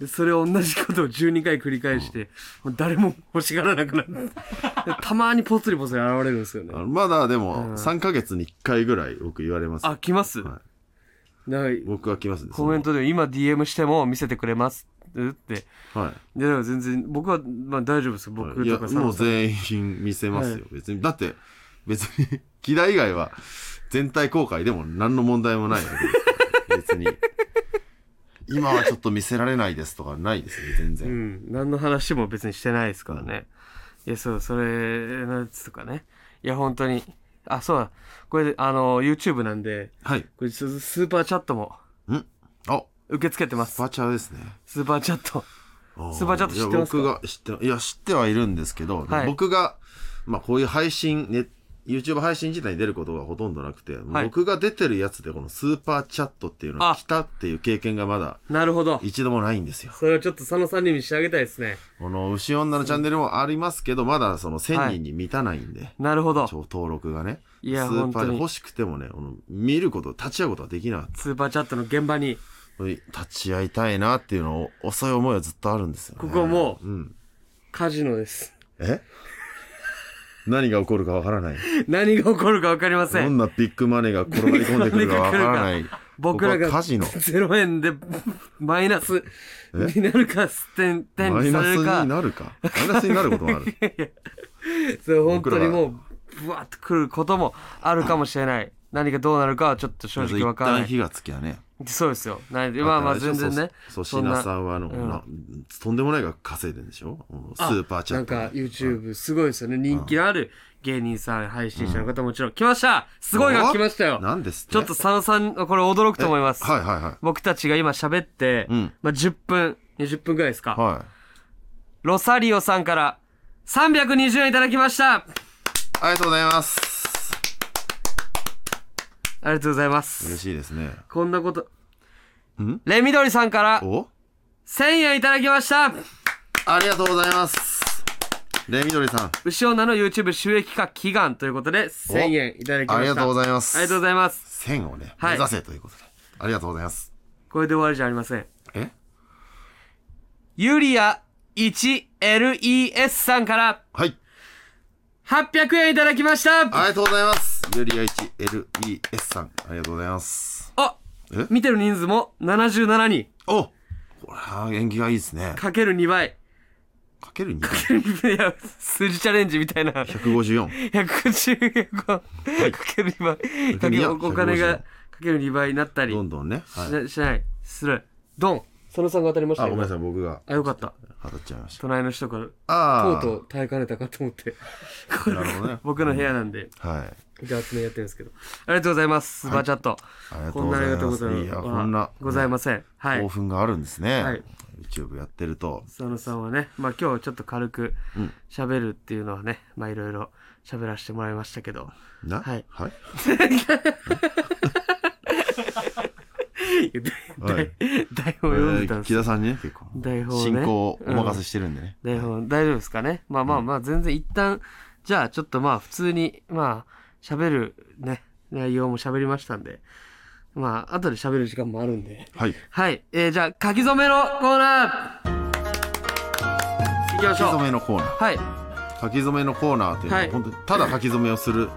[SPEAKER 1] でそれを同じことを12回繰り返して、もう誰も欲しがらなくなるたまにぽつりぽつり現れるんですよね
[SPEAKER 2] あのまだで
[SPEAKER 1] うん
[SPEAKER 2] も、3ヶ月に1回ぐらい僕言われます。
[SPEAKER 1] あ来ます、
[SPEAKER 2] は
[SPEAKER 1] なんか
[SPEAKER 2] 僕は来ますね
[SPEAKER 1] コメン。トで今 DM しても見せてくれますって
[SPEAKER 2] そのはい。
[SPEAKER 1] いやでも全然僕はまあ大丈夫ですよ僕
[SPEAKER 2] いや
[SPEAKER 1] とかさ
[SPEAKER 2] もう全員見せますよ、
[SPEAKER 1] はい
[SPEAKER 2] 別にだって別に木田以外は全体公開でも何の問題もないわけですから別に今はちょっと見せられないですとかないですね全然、
[SPEAKER 1] うん、何の話も別にしてないですからね。いや、そう、それのやつとかね。いや、本当に。あ、そうだ。これで、あの、YouTube なんで、
[SPEAKER 2] はい
[SPEAKER 1] これススーパーチャットも
[SPEAKER 2] んあ
[SPEAKER 1] 受け付けてま
[SPEAKER 2] ス
[SPEAKER 1] す。
[SPEAKER 2] パチャですね
[SPEAKER 1] スーパーチャット。
[SPEAKER 2] ー
[SPEAKER 1] スパチャって知ってますか
[SPEAKER 2] いや僕が知っていや知ってはいるんですけど、
[SPEAKER 1] はい
[SPEAKER 2] 僕が、まあ、こういう配信、ね、YouTube 配信自体に出ることがほとんどなくて、
[SPEAKER 1] はい
[SPEAKER 2] 僕が出てるやつでこのスーパーチャットっていうのが
[SPEAKER 1] あ
[SPEAKER 2] 来たっていう経験がまだ
[SPEAKER 1] なるほど。
[SPEAKER 2] 一度もないんですよ
[SPEAKER 1] それをちょっと佐野さんに見してあげたいですね。
[SPEAKER 2] この牛女のチャンネルもありますけど、まだその1000人に満たないんで、
[SPEAKER 1] なるほど
[SPEAKER 2] ち。ょ登録がね。
[SPEAKER 1] いや
[SPEAKER 2] スーパー
[SPEAKER 1] 本当
[SPEAKER 2] で
[SPEAKER 1] に
[SPEAKER 2] 欲しくてもね、この見ること、立ち会うことはできなかっ
[SPEAKER 1] スーパーチャットの現場に、
[SPEAKER 2] た。立ち会いたいなっていうのを、遅い思いはずっとあるんですよ、
[SPEAKER 1] こ
[SPEAKER 2] ね。
[SPEAKER 1] こも
[SPEAKER 2] う。ん。
[SPEAKER 1] カジノです。
[SPEAKER 2] え何が起こるかわからない。
[SPEAKER 1] 何が起こるか分かりませ
[SPEAKER 2] ど
[SPEAKER 1] ん。
[SPEAKER 2] んなビッグマネーが転がり込んでくるかわからない。
[SPEAKER 1] 僕ら
[SPEAKER 2] こ
[SPEAKER 1] が
[SPEAKER 2] こはカジノ
[SPEAKER 1] 0円でマイナス
[SPEAKER 2] え
[SPEAKER 1] になるか、点点
[SPEAKER 2] マイ
[SPEAKER 1] にさ
[SPEAKER 2] ナ
[SPEAKER 1] れ
[SPEAKER 2] ス
[SPEAKER 1] るか
[SPEAKER 2] に、なるか。マイナスになることもある。
[SPEAKER 1] それ本当にもう、ぶわっとくることもあるかもしれない。何がどうなるかはちょっと 正直分
[SPEAKER 2] 一
[SPEAKER 1] から
[SPEAKER 2] 旦
[SPEAKER 1] ない。
[SPEAKER 2] 火がつきゃね。
[SPEAKER 1] そうですよ。なんでまあまあ全然ね。
[SPEAKER 2] そう、
[SPEAKER 1] そ
[SPEAKER 2] シ
[SPEAKER 1] ん
[SPEAKER 2] ナ
[SPEAKER 1] な
[SPEAKER 2] さんはあの、
[SPEAKER 1] うん
[SPEAKER 2] なとんでもないが稼いでるんでしょうんスーパーチャ
[SPEAKER 1] な
[SPEAKER 2] ッ
[SPEAKER 1] ん
[SPEAKER 2] トで。
[SPEAKER 1] か YouTube すごいですよね。人気のある芸人さん、配信者の方もちろん来ましたすごいが来ましたよ
[SPEAKER 2] なんです
[SPEAKER 1] ちょっと佐野さん、これ驚くと思います。
[SPEAKER 2] はいはいはい。
[SPEAKER 1] 僕たちが今喋って、
[SPEAKER 2] うん
[SPEAKER 1] まあ10分、20分ぐらいですか。
[SPEAKER 2] は
[SPEAKER 1] ロサリオさんから320円いただきました
[SPEAKER 2] い。ありがとうございます。
[SPEAKER 1] ありがとうございます。
[SPEAKER 2] 嬉しいですね。
[SPEAKER 1] こんなこと。
[SPEAKER 2] ん
[SPEAKER 1] レミドリさんから
[SPEAKER 2] お
[SPEAKER 1] 1000円いただきました
[SPEAKER 2] ありがとうございます。レミドリさん、
[SPEAKER 1] 牛女の YouTube 収益化祈願ということで1000円いただきました。
[SPEAKER 2] ありがとうござい
[SPEAKER 1] ま
[SPEAKER 2] ます。
[SPEAKER 1] ありがとうご
[SPEAKER 2] い
[SPEAKER 1] ざいます。
[SPEAKER 2] ます。線をね、
[SPEAKER 1] は
[SPEAKER 2] 目
[SPEAKER 1] い
[SPEAKER 2] 指せということで。ありがとうございます。
[SPEAKER 1] これで終わりじゃありません。
[SPEAKER 2] え
[SPEAKER 1] ユリア 1LES さんから
[SPEAKER 2] はい。
[SPEAKER 1] 800円いただきました
[SPEAKER 2] ありがとうございます。ユリア 1LES さん、ありがとうございます。
[SPEAKER 1] あ
[SPEAKER 2] え
[SPEAKER 1] 見てる人数も77人
[SPEAKER 2] おこれは縁起がいいですね。
[SPEAKER 1] かける2倍。
[SPEAKER 2] かける2
[SPEAKER 1] いや、数字チャレンジみたいな。
[SPEAKER 2] 154。
[SPEAKER 1] 110円かける2倍。かけるお金がかける2倍になったり
[SPEAKER 2] どんどん ね。
[SPEAKER 1] し
[SPEAKER 2] はい。
[SPEAKER 1] なしない。する。ドン。佐野さんが当たりまし
[SPEAKER 2] あ、
[SPEAKER 1] た
[SPEAKER 2] ごめんな
[SPEAKER 1] よ。
[SPEAKER 2] さい、僕が
[SPEAKER 1] あ、よかった。
[SPEAKER 2] 当たっちゃいました。
[SPEAKER 1] 隣の人から、と
[SPEAKER 2] あ
[SPEAKER 1] う
[SPEAKER 2] あ。
[SPEAKER 1] とう耐えかねたかと思って。これ
[SPEAKER 2] なるほどね
[SPEAKER 1] 僕の部屋なんで、
[SPEAKER 2] はい。
[SPEAKER 1] じゃあ集めやってるんですけど。ありがとうございます。スーパーチャット。
[SPEAKER 2] ありがと
[SPEAKER 1] こ
[SPEAKER 2] うんご
[SPEAKER 1] なあ
[SPEAKER 2] ざ
[SPEAKER 1] り
[SPEAKER 2] い
[SPEAKER 1] がとうございます。
[SPEAKER 2] ます。いや、こんな、
[SPEAKER 1] ございません。は
[SPEAKER 2] 興
[SPEAKER 1] い。
[SPEAKER 2] 奮があるんですね。
[SPEAKER 1] はい
[SPEAKER 2] YouTube やってると。
[SPEAKER 1] 佐野さんはね、まあ今日はちょっと軽く
[SPEAKER 2] うん
[SPEAKER 1] 喋るっていうのはね、まあいろいろ喋らせてもらいましたけど。
[SPEAKER 2] な
[SPEAKER 1] はい
[SPEAKER 2] はい。
[SPEAKER 1] いや
[SPEAKER 2] は
[SPEAKER 1] 台
[SPEAKER 2] い
[SPEAKER 1] 台
[SPEAKER 2] え
[SPEAKER 1] 本読んでたん
[SPEAKER 2] ー
[SPEAKER 1] です
[SPEAKER 2] 木
[SPEAKER 1] よ
[SPEAKER 2] 田さんにね、結構。
[SPEAKER 1] 台本をね
[SPEAKER 2] 進行をお任せしてるんでね。
[SPEAKER 1] 台本大丈夫ですかねまあまあまあ全然一旦じゃあちょっとまあ普通にまあ喋るね内容も喋りましたんでまあ後で喋る時間もあるんで
[SPEAKER 2] はい。
[SPEAKER 1] はいえー、じゃあ書き初めのコーナーいきまし
[SPEAKER 2] 書き
[SPEAKER 1] ょ
[SPEAKER 2] 初
[SPEAKER 1] う
[SPEAKER 2] めのコーナー。
[SPEAKER 1] はい
[SPEAKER 2] 書き初めのコーナーというの
[SPEAKER 1] は
[SPEAKER 2] はい本当にただ書き初めをする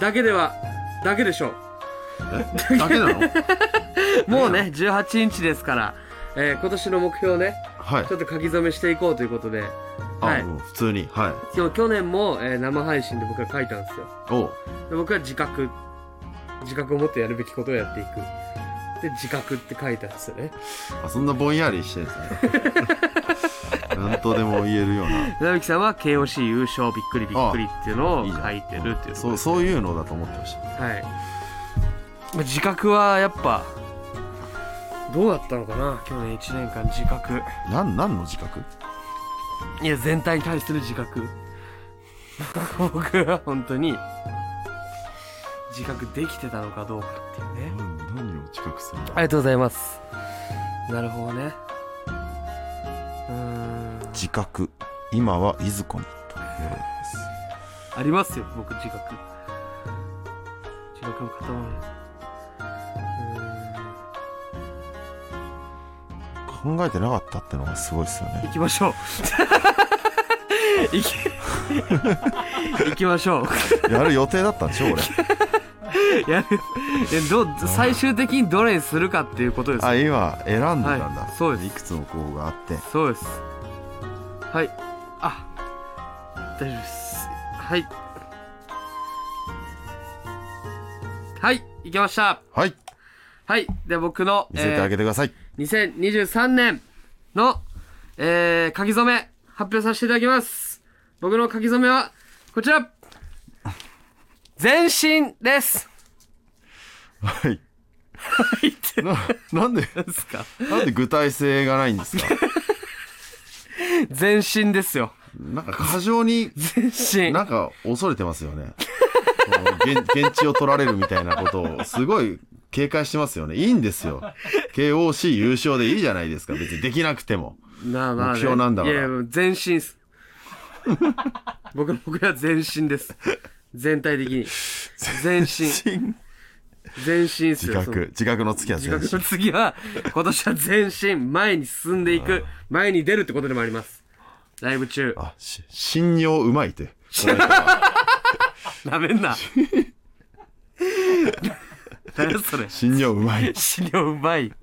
[SPEAKER 1] だけではだけでしょ
[SPEAKER 2] えだけ なの
[SPEAKER 1] うもうね18インチですから、えー、今年の目標をね
[SPEAKER 2] はい
[SPEAKER 1] ちょっと書き初めしていこうということで
[SPEAKER 2] あ、
[SPEAKER 1] はい
[SPEAKER 2] もう普通には
[SPEAKER 1] 今日去年も、えー生配信で僕は書いたんですよ
[SPEAKER 2] いおう
[SPEAKER 1] で僕は自覚自覚を持ってやるべきことをやっていくで自覚って書いたんですよね
[SPEAKER 2] あそんなぼんやりしてるん ですねなんとでも言えるような
[SPEAKER 1] 船引さんは KOC 優勝びっくりびっくりっていうのを書いてるっていう
[SPEAKER 2] そうそういうのだと思ってました
[SPEAKER 1] はいまあ自覚はやっぱどうだったのかな去年1年間自覚
[SPEAKER 2] なんなんの自覚
[SPEAKER 1] いや全体に対する自覚 僕は本当に自覚できてたのかどうかっていうね
[SPEAKER 2] 何を自覚する
[SPEAKER 1] ありがとうございますなるほどねうーん
[SPEAKER 2] 自覚今はいずこにということです
[SPEAKER 1] ありますよ、僕、自覚。自覚の塊。う
[SPEAKER 2] 考えてなかったってのがすごいです
[SPEAKER 1] ー
[SPEAKER 2] よ
[SPEAKER 1] ん行
[SPEAKER 2] ね
[SPEAKER 1] きましょう。 行き、行きましょ
[SPEAKER 2] やる予定だったんでしょ 俺
[SPEAKER 1] う。やる。え、どう、最終的にどれにするかっていうことです。
[SPEAKER 2] あ今選んでたんだ、
[SPEAKER 1] はいそうです
[SPEAKER 2] いくつも候補があって
[SPEAKER 1] そうです。はい。あ、大丈夫です。はい。はい、行きました。
[SPEAKER 2] はい
[SPEAKER 1] はい。で、僕の、
[SPEAKER 2] 見せてあげてください、
[SPEAKER 1] 2023年の、えー、書き初め発表させていただきます。僕の書き初めは、こちら全身です
[SPEAKER 2] はい
[SPEAKER 1] 入って
[SPEAKER 2] ななんで
[SPEAKER 1] るんですか
[SPEAKER 2] なんで具体性がないんですか
[SPEAKER 1] 全身ですよ。
[SPEAKER 2] なんか過剰に、
[SPEAKER 1] 全身。
[SPEAKER 2] なんか恐れてますよね。この現 現地を取られるみたいなことを、すごい警戒してますよね。いいんですよ。KOC 優勝でいいじゃないですか。別にできなくても。
[SPEAKER 1] なあまあ、ね、
[SPEAKER 2] 目標なんだから
[SPEAKER 1] いやいや、全身っす。 僕、僕は全身です。全体的に。全 身。全身っす
[SPEAKER 2] 自
[SPEAKER 1] よ。
[SPEAKER 2] 覚。自覚のつきは
[SPEAKER 1] 自
[SPEAKER 2] 全
[SPEAKER 1] 覚
[SPEAKER 2] 身
[SPEAKER 1] の。次は今年は前進前に進んでいく前に出るってことでもありますライブ中。
[SPEAKER 2] あ、し信用うまいって。
[SPEAKER 1] なめん な。何やそれ。
[SPEAKER 2] 信用うまい。
[SPEAKER 1] 資料うまいって。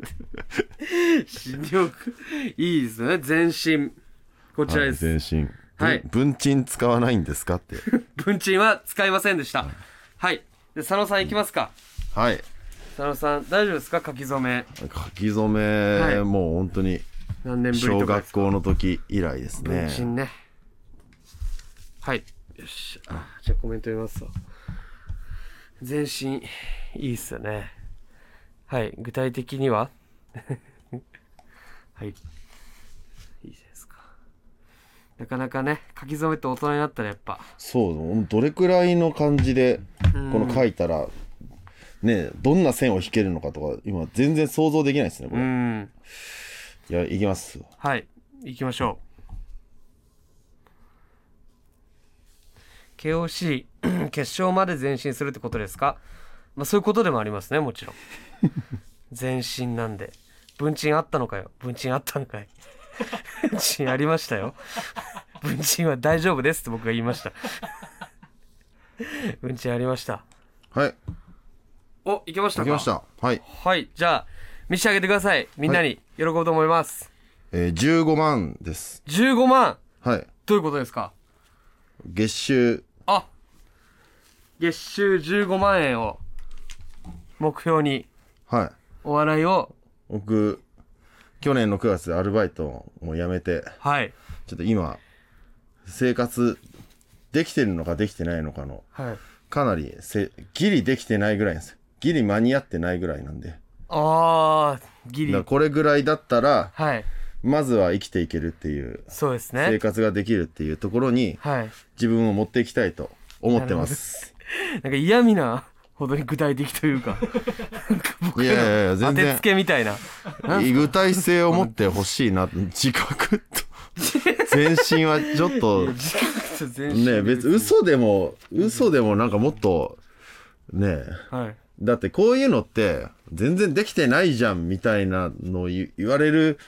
[SPEAKER 1] 資料、いいですね。全身。こちらです。
[SPEAKER 2] はい全身。
[SPEAKER 1] はい
[SPEAKER 2] ぶん文鎮使わないんですかって。
[SPEAKER 1] 文鎮は使いませんでした。はい。で、佐野さん行きますか。
[SPEAKER 2] はい。
[SPEAKER 1] 佐野さん、大丈夫ですか書き初め。
[SPEAKER 2] 書き初め、
[SPEAKER 1] はい
[SPEAKER 2] もう本当に
[SPEAKER 1] 何年ぶり
[SPEAKER 2] 小
[SPEAKER 1] とかです
[SPEAKER 2] 学
[SPEAKER 1] か。
[SPEAKER 2] 校の時以来です
[SPEAKER 1] 文
[SPEAKER 2] ね。
[SPEAKER 1] 鎮ね。はい。よし。あじゃあコメント読みますわ。全身、いいっすよね。はい。具体的には はい。いいじゃないですか。なかなかね、書き初めって大人になったらやっぱ。
[SPEAKER 2] そう、どれくらいの感じで、この書いたら、ね、どんな線を引けるのかとか、今全然想像できないですね、こ
[SPEAKER 1] う
[SPEAKER 2] れ。
[SPEAKER 1] ん。
[SPEAKER 2] いや、いきます。
[SPEAKER 1] はい、行きましょう。KOC 決勝まで前進するってことですかまあそういうことでもありますね、もち ろん。前進なんで。文鎮あったのかよ。文鎮あったのかい。文鎮ありましたよ。文鎮は大丈夫ですって僕が言いま した。文鎮ありました。
[SPEAKER 2] はい、
[SPEAKER 1] お、行きました
[SPEAKER 2] 書
[SPEAKER 1] か
[SPEAKER 2] きました。はい。
[SPEAKER 1] はい、じゃあ、見せてあげてください。みんなに喜ぶと思います。
[SPEAKER 2] えー、15万です。
[SPEAKER 1] 15万
[SPEAKER 2] はい。
[SPEAKER 1] どういうことですか
[SPEAKER 2] 月収、
[SPEAKER 1] あ月収15万円を目標に
[SPEAKER 2] はい。
[SPEAKER 1] お笑いを
[SPEAKER 2] 僕、去年の9月でアルバイトを辞めて、
[SPEAKER 1] はい
[SPEAKER 2] ちょっと今、生活できてるのかできてないのかの、
[SPEAKER 1] はい
[SPEAKER 2] かなりせ、ギリできてないぐらいなんですよ。ギリ間に合ってないぐらいなんで。
[SPEAKER 1] あーギ
[SPEAKER 2] だから
[SPEAKER 1] リ
[SPEAKER 2] これぐらいだったら、
[SPEAKER 1] はい
[SPEAKER 2] まずは生きていけるっていう、
[SPEAKER 1] そうです
[SPEAKER 2] 生
[SPEAKER 1] ね
[SPEAKER 2] 活ができるっていうところに、
[SPEAKER 1] はい
[SPEAKER 2] 自分を持っていきたいと思ってます。
[SPEAKER 1] なんか嫌味なほどに具体的というかなんか僕
[SPEAKER 2] いやいやいや
[SPEAKER 1] の当
[SPEAKER 2] 全然
[SPEAKER 1] てつけみたいな
[SPEAKER 2] 具体性を持ってほしいな、自覚と。全身はちょっと、
[SPEAKER 1] 自覚と全身
[SPEAKER 2] ね別に嘘でも嘘でもなんかもっとねえ
[SPEAKER 1] はい
[SPEAKER 2] だってこういうのって全然できてないじゃんみたいなのを言言われる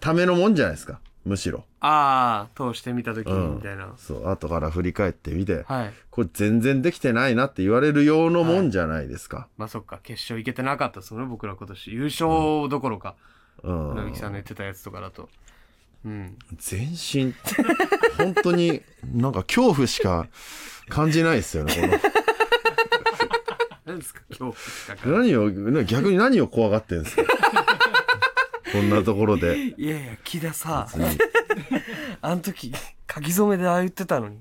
[SPEAKER 2] ためのもんじゃないですかむしろ、
[SPEAKER 1] ああ通してみた時
[SPEAKER 2] う
[SPEAKER 1] に
[SPEAKER 2] ん、
[SPEAKER 1] みたいな、
[SPEAKER 2] そう後から振り返ってみて、
[SPEAKER 1] はい
[SPEAKER 2] これ全然できてないなって言われるようのもんじゃないですか、
[SPEAKER 1] まあそっか決勝行けてなかったですもんね僕ら今年優勝どころか
[SPEAKER 2] うん
[SPEAKER 1] 船木さんの言ってたやつとかだとうん
[SPEAKER 2] 全身本当になんか恐怖しか感じないですよねこの
[SPEAKER 1] 何ですか今日しか
[SPEAKER 2] 何を、ね逆に何を怖がってんですかこんなところで。
[SPEAKER 1] いやいや木田さ
[SPEAKER 2] 別に
[SPEAKER 1] あの時書き初めでああ言ってたのに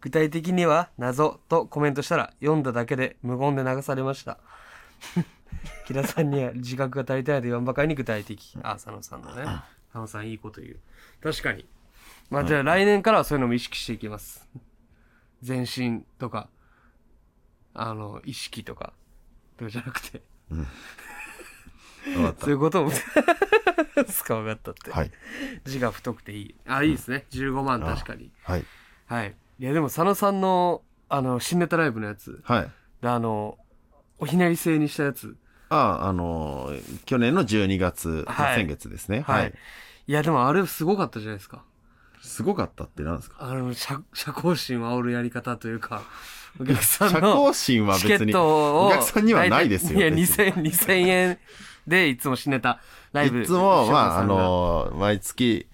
[SPEAKER 1] 具体的には謎とコメントしたら読んだだけで無言で流されました 木田さんには自覚が足りてないと言わんばかりに具体的あ佐野さんだね佐野さんいいこと言う確かにまあじゃあ来年からはそういうのも意識していきます全身とかあの意識とかとかじゃなくて
[SPEAKER 2] わか
[SPEAKER 1] そういうことも ですか分かったって
[SPEAKER 2] った。はい。
[SPEAKER 1] 字が太くていい。あ、いいですね。15万確かに。
[SPEAKER 2] はい。
[SPEAKER 1] はい。いや、でも佐野さんの、あの、新ネタライブのやつ、
[SPEAKER 2] はい。
[SPEAKER 1] であの、おひねり制にしたやつ。
[SPEAKER 2] ああ、あのー去年の12月、
[SPEAKER 1] はい
[SPEAKER 2] 先月ですね。はい。
[SPEAKER 1] いや、でもあれすごかったじゃないですか。
[SPEAKER 2] すごかったってなんですか
[SPEAKER 1] あの、社、社交心を煽るやり方という か、お客さん
[SPEAKER 2] 社
[SPEAKER 1] の
[SPEAKER 2] 交心は
[SPEAKER 1] チケ
[SPEAKER 2] 別
[SPEAKER 1] ッ
[SPEAKER 2] に、
[SPEAKER 1] トを。
[SPEAKER 2] お客さんにはないですよ。
[SPEAKER 1] いや、
[SPEAKER 2] 別に
[SPEAKER 1] 2000、2000円でいつも新ネタライブ。
[SPEAKER 2] いつも、まあ、
[SPEAKER 1] 翔子
[SPEAKER 2] あ
[SPEAKER 1] さんが、
[SPEAKER 2] のー毎月、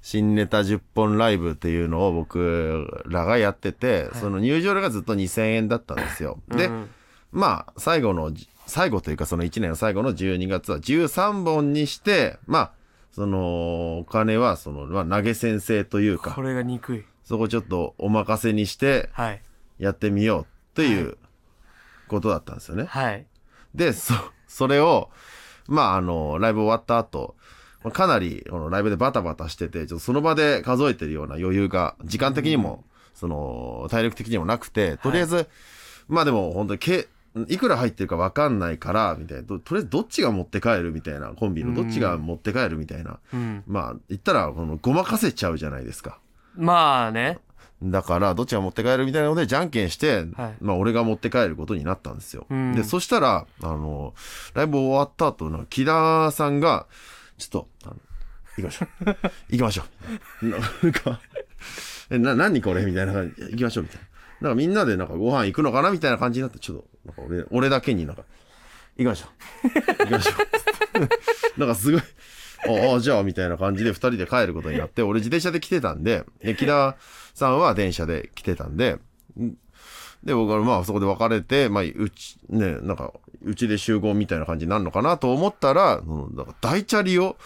[SPEAKER 2] 新ネタ10本ライブっていうのを僕らがやってて、その入場料がずっと2000円だったんですよ。で、
[SPEAKER 1] うん
[SPEAKER 2] まあ、最後の、最後というかその1年の最後の12月は13本にして、まあ、その、お金はその、まあ、投げ先生という
[SPEAKER 1] こ
[SPEAKER 2] か、
[SPEAKER 1] れが憎い。
[SPEAKER 2] そこちょっとお任せにして
[SPEAKER 1] はい。
[SPEAKER 2] やってみようっていうことだったんですよね。
[SPEAKER 1] はい。
[SPEAKER 2] で、そ、 それを、まあ、あの、ライブ終わった後、まあかなり、このライブでバタバタしてて、ちょっとその場で数えてるような余裕が、時間的にも、その、体力的にもなくて、とりあえず、まあでも、本当に、け、いくら入ってるかわかんないから、みたいな、ととりあえずどっちが持って帰るみたいな、コンビのどっちが持って帰るみたいな。
[SPEAKER 1] うん。
[SPEAKER 2] まあ、言ったら、この、ごまかせちゃうじゃないですか。
[SPEAKER 1] まあね。
[SPEAKER 2] だから、どっちが持って帰るみたいなので、じゃんけんして、
[SPEAKER 1] はい
[SPEAKER 2] まあ、俺が持って帰ることになったんですよ。
[SPEAKER 1] うん
[SPEAKER 2] で、そしたら、あの、ライブ終わった後の木田さんが、ちょっと、あの行きましょう。 行きましょう。なんか、え、な、何これみたいな感じ。行きましょう、みたいな。なんかみんなでなんかご飯行くのかなみたいな感じになって、ちょっと、なんか俺、俺だけになんか、行きましょう。行きましょう。 なんかすごい、ああ、じゃあ、みたいな感じで二人で帰ることになって、俺自転車で来てたん で、で、木田さんは電車で来てたんで、で、僕はまあそこで別れて、まあ、うち、ね、なんか、うちで集合みたいな感じになるのかなと思ったら、うん、なんか大チャリを、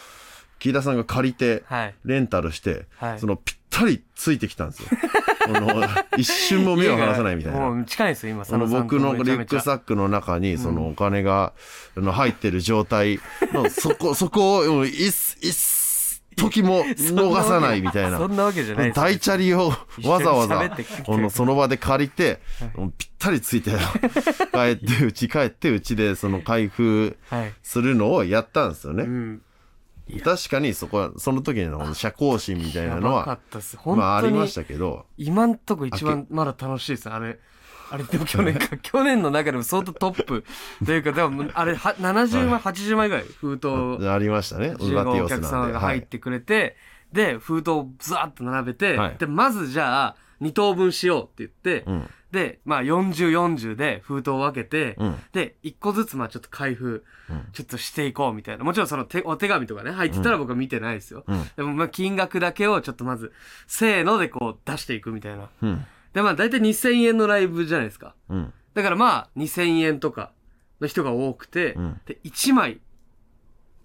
[SPEAKER 2] 木田さんが借りて、
[SPEAKER 1] はい
[SPEAKER 2] レンタルして、
[SPEAKER 1] はい
[SPEAKER 2] そのぴったりついてきたん ですよ。あの、一瞬も目を離さないみたいな。
[SPEAKER 1] もう近いですよ今
[SPEAKER 2] その僕のリュックサックの中にそのお金が、あの入ってる状 態のそこそこをうん一一時も逃さないみたいな
[SPEAKER 1] そんなわけじゃないです
[SPEAKER 2] 大チャリをわざわ
[SPEAKER 1] 一緒に喋
[SPEAKER 2] ざ
[SPEAKER 1] って聞く
[SPEAKER 2] このその場で借りてぴったりついて帰ってうち帰ってうちでその開封
[SPEAKER 1] はい
[SPEAKER 2] するのをやったんですよ
[SPEAKER 1] う
[SPEAKER 2] ね。
[SPEAKER 1] ん
[SPEAKER 2] 確かにそこはその時のこの社交心みたいな
[SPEAKER 1] や
[SPEAKER 2] の
[SPEAKER 1] ばか
[SPEAKER 2] は
[SPEAKER 1] ったです本当に、
[SPEAKER 2] まあありましたけど。
[SPEAKER 1] 今んとこ一番まだ楽しいですあれあれでも去年 か去年の中でも相当トップというかでもあれは70枚80枚ぐらい封筒
[SPEAKER 2] ありましたね。ウ
[SPEAKER 1] 15
[SPEAKER 2] ガティ
[SPEAKER 1] お
[SPEAKER 2] オス
[SPEAKER 1] 客
[SPEAKER 2] なん
[SPEAKER 1] 様
[SPEAKER 2] で。
[SPEAKER 1] が
[SPEAKER 2] は
[SPEAKER 1] 入っ
[SPEAKER 2] い。
[SPEAKER 1] てくれて、で封筒をザーッと並べて、
[SPEAKER 2] はい
[SPEAKER 1] でまずじゃあ2等分しようって言って、
[SPEAKER 2] うん。
[SPEAKER 1] でまあ4040で封筒を分けて、
[SPEAKER 2] うん。
[SPEAKER 1] で1個ずつまあちょっと開封
[SPEAKER 2] うん
[SPEAKER 1] ちょっとしていこうみたいなもちろんその手お手紙とかね入ってたら僕は見てないですよ、
[SPEAKER 2] うん
[SPEAKER 1] でもまあ金額だけをちょっとまずせーのでこう出していくみたいな
[SPEAKER 2] うん。
[SPEAKER 1] でまあ大体2000円のライブじゃないですか
[SPEAKER 2] うん。
[SPEAKER 1] だからまあ2000円とかの人が多くて、
[SPEAKER 2] うん
[SPEAKER 1] で1枚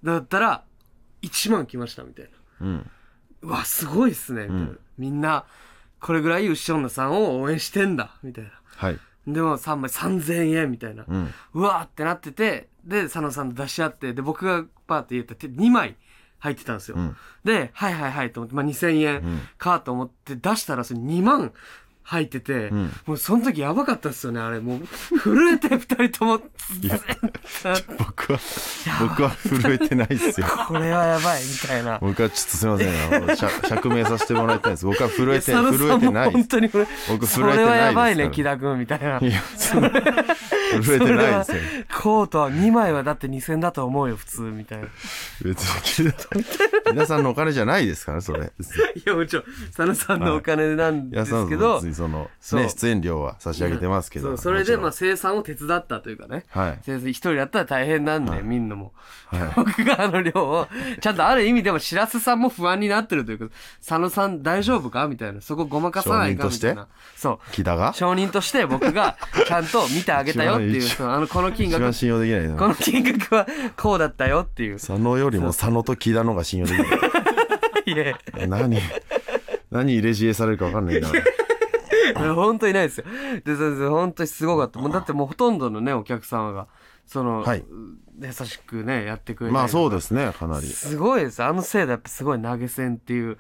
[SPEAKER 1] だったら1万来ましたみたいな
[SPEAKER 2] うん。
[SPEAKER 1] うわすごいっすねみたいな、
[SPEAKER 2] うん
[SPEAKER 1] みんなこれぐらい牛女さんを応援してんだみたいな
[SPEAKER 2] はい。
[SPEAKER 1] でも3枚3000円みたいな、
[SPEAKER 2] うん。
[SPEAKER 1] うわーってなっててで佐野さんと出し合ってで僕がパーって言った手2枚入ってたんですよ、
[SPEAKER 2] うん。
[SPEAKER 1] ではいはいはいと思って、まあ、2000
[SPEAKER 2] う
[SPEAKER 1] 円
[SPEAKER 2] ん。
[SPEAKER 1] かと思って出したらそれ2万入ってて、
[SPEAKER 2] うん
[SPEAKER 1] もうその時やばかったですよねあれもう震えて2人とも
[SPEAKER 2] いや僕は、僕は震えてないっす よ。
[SPEAKER 1] これはやばいみたいな
[SPEAKER 2] 僕はちょっとすいませんあ の。釈釈明させてもらいたいんです。僕は震えて、
[SPEAKER 1] いや
[SPEAKER 2] 震えてないで
[SPEAKER 1] 本
[SPEAKER 2] す。
[SPEAKER 1] 当に震え
[SPEAKER 2] 僕震
[SPEAKER 1] そ
[SPEAKER 2] えてないですから
[SPEAKER 1] れはやばいね木田君みたいない
[SPEAKER 2] や、そんな震えてないです
[SPEAKER 1] そ
[SPEAKER 2] よ。
[SPEAKER 1] れはコートは2枚はだって2000だと思うよ普通みたいない
[SPEAKER 2] 別に皆さんのお金じゃないですから、それ。
[SPEAKER 1] やもちろん佐野さんのお金なんで
[SPEAKER 2] 皆さ
[SPEAKER 1] す
[SPEAKER 2] ん
[SPEAKER 1] け
[SPEAKER 2] も
[SPEAKER 1] ど
[SPEAKER 2] 別にその、
[SPEAKER 1] そう
[SPEAKER 2] ね、出演料は差し上げてますけ
[SPEAKER 1] そ
[SPEAKER 2] ど。
[SPEAKER 1] うそれでまあ
[SPEAKER 2] もち
[SPEAKER 1] 生産を手伝ったというかね
[SPEAKER 2] ろんはい。
[SPEAKER 1] 生産一人だったら大変なんで、みんなも
[SPEAKER 2] は
[SPEAKER 1] 僕があの量をちゃんとある意味でも白洲さんも不安になってるというか佐野さん大丈夫かみたいなそこごまかさないかみたいなそう
[SPEAKER 2] い。木田が
[SPEAKER 1] 承認として僕がちゃんと見てあげたよっていう
[SPEAKER 2] 一番
[SPEAKER 1] そのあのこの金
[SPEAKER 2] 一
[SPEAKER 1] 額
[SPEAKER 2] 番信用できない
[SPEAKER 1] こ
[SPEAKER 2] な。
[SPEAKER 1] の金額はこうだったよっていう。
[SPEAKER 2] 佐野よりも佐野と木田の方が信用でき ない。
[SPEAKER 1] いや、
[SPEAKER 2] 何何入れ知恵されるか分かんないな。
[SPEAKER 1] 本当にないですよ。で、そうそう本当にすごかった。もうだってもうほとんどのね、お客様が、その、
[SPEAKER 2] はい
[SPEAKER 1] 優しくね、やってくれて。
[SPEAKER 2] まあそう
[SPEAKER 1] う
[SPEAKER 2] ですね、かなり。
[SPEAKER 1] すごいです。あのせいでやっぱすごい投げ銭っていう、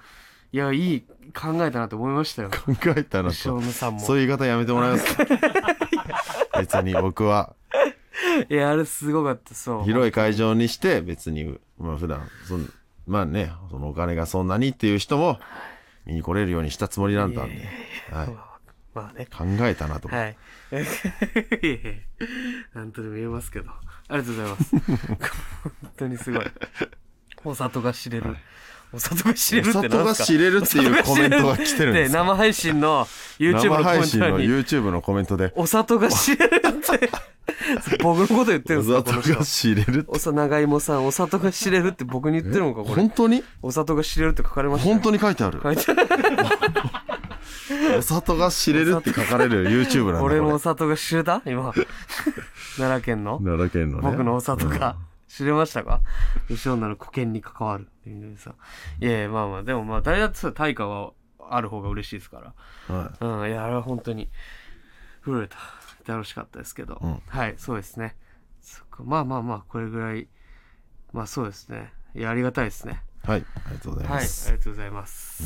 [SPEAKER 1] いや、いい考えたなと思いま したよ。
[SPEAKER 2] 考えたら
[SPEAKER 1] 正
[SPEAKER 2] そう。
[SPEAKER 1] 野さんも。
[SPEAKER 2] そういう言い方やめてもらえますか 別に僕は、
[SPEAKER 1] いや、あれすごかった、そう。
[SPEAKER 2] 広い会場にして、別に、まあ普段、そんまあね、そのお金がそんなにっていう人も、見に来れるようにしたつもりだったんで、はい。
[SPEAKER 1] まあね。
[SPEAKER 2] 考えたなと思って。
[SPEAKER 1] はい。 いやいやなんとでも言えますけど。ありがとうございます。本当にすごい。お里が知れる。お里が知れる
[SPEAKER 2] お
[SPEAKER 1] って
[SPEAKER 2] 里
[SPEAKER 1] 何で
[SPEAKER 2] が
[SPEAKER 1] すか
[SPEAKER 2] 知れるっていうコメントが来てるんで
[SPEAKER 1] で、
[SPEAKER 2] すよ。
[SPEAKER 1] 生配信の YouTube
[SPEAKER 2] 生
[SPEAKER 1] のコメ
[SPEAKER 2] 配
[SPEAKER 1] ント
[SPEAKER 2] 信の
[SPEAKER 1] 欄に、
[SPEAKER 2] YouTube のコメントで、
[SPEAKER 1] お里が知れるって、 僕のこと言ってる
[SPEAKER 2] お
[SPEAKER 1] んですかこの
[SPEAKER 2] 里
[SPEAKER 1] 人
[SPEAKER 2] が。知れるって。
[SPEAKER 1] おさ、長芋さん、お里が知れるって僕に言ってるのか、これ。
[SPEAKER 2] 本当に
[SPEAKER 1] お里が知れるって書かれました
[SPEAKER 2] 本
[SPEAKER 1] よ。
[SPEAKER 2] 当に書いてある。
[SPEAKER 1] 書いてある
[SPEAKER 2] お里が知れるって書かれる YouTube なんだこれ
[SPEAKER 1] 俺のお里が知れた今。奈良県の
[SPEAKER 2] 奈良県のね
[SPEAKER 1] 僕のお里が知れましたか吉女の古典に関わるっていうさいやいやまあまあでもまあ誰だってさ対価はある方が嬉しいですか
[SPEAKER 2] うんはい
[SPEAKER 1] らうんいやあれは本当に震えた楽しかったですけど、
[SPEAKER 2] うん
[SPEAKER 1] はいそうですねそっかまあまあまあこれぐらいまあそうですねいやありがたいですね
[SPEAKER 2] はいありがとうござい
[SPEAKER 1] はいあ
[SPEAKER 2] ま
[SPEAKER 1] り
[SPEAKER 2] す
[SPEAKER 1] がとうございます、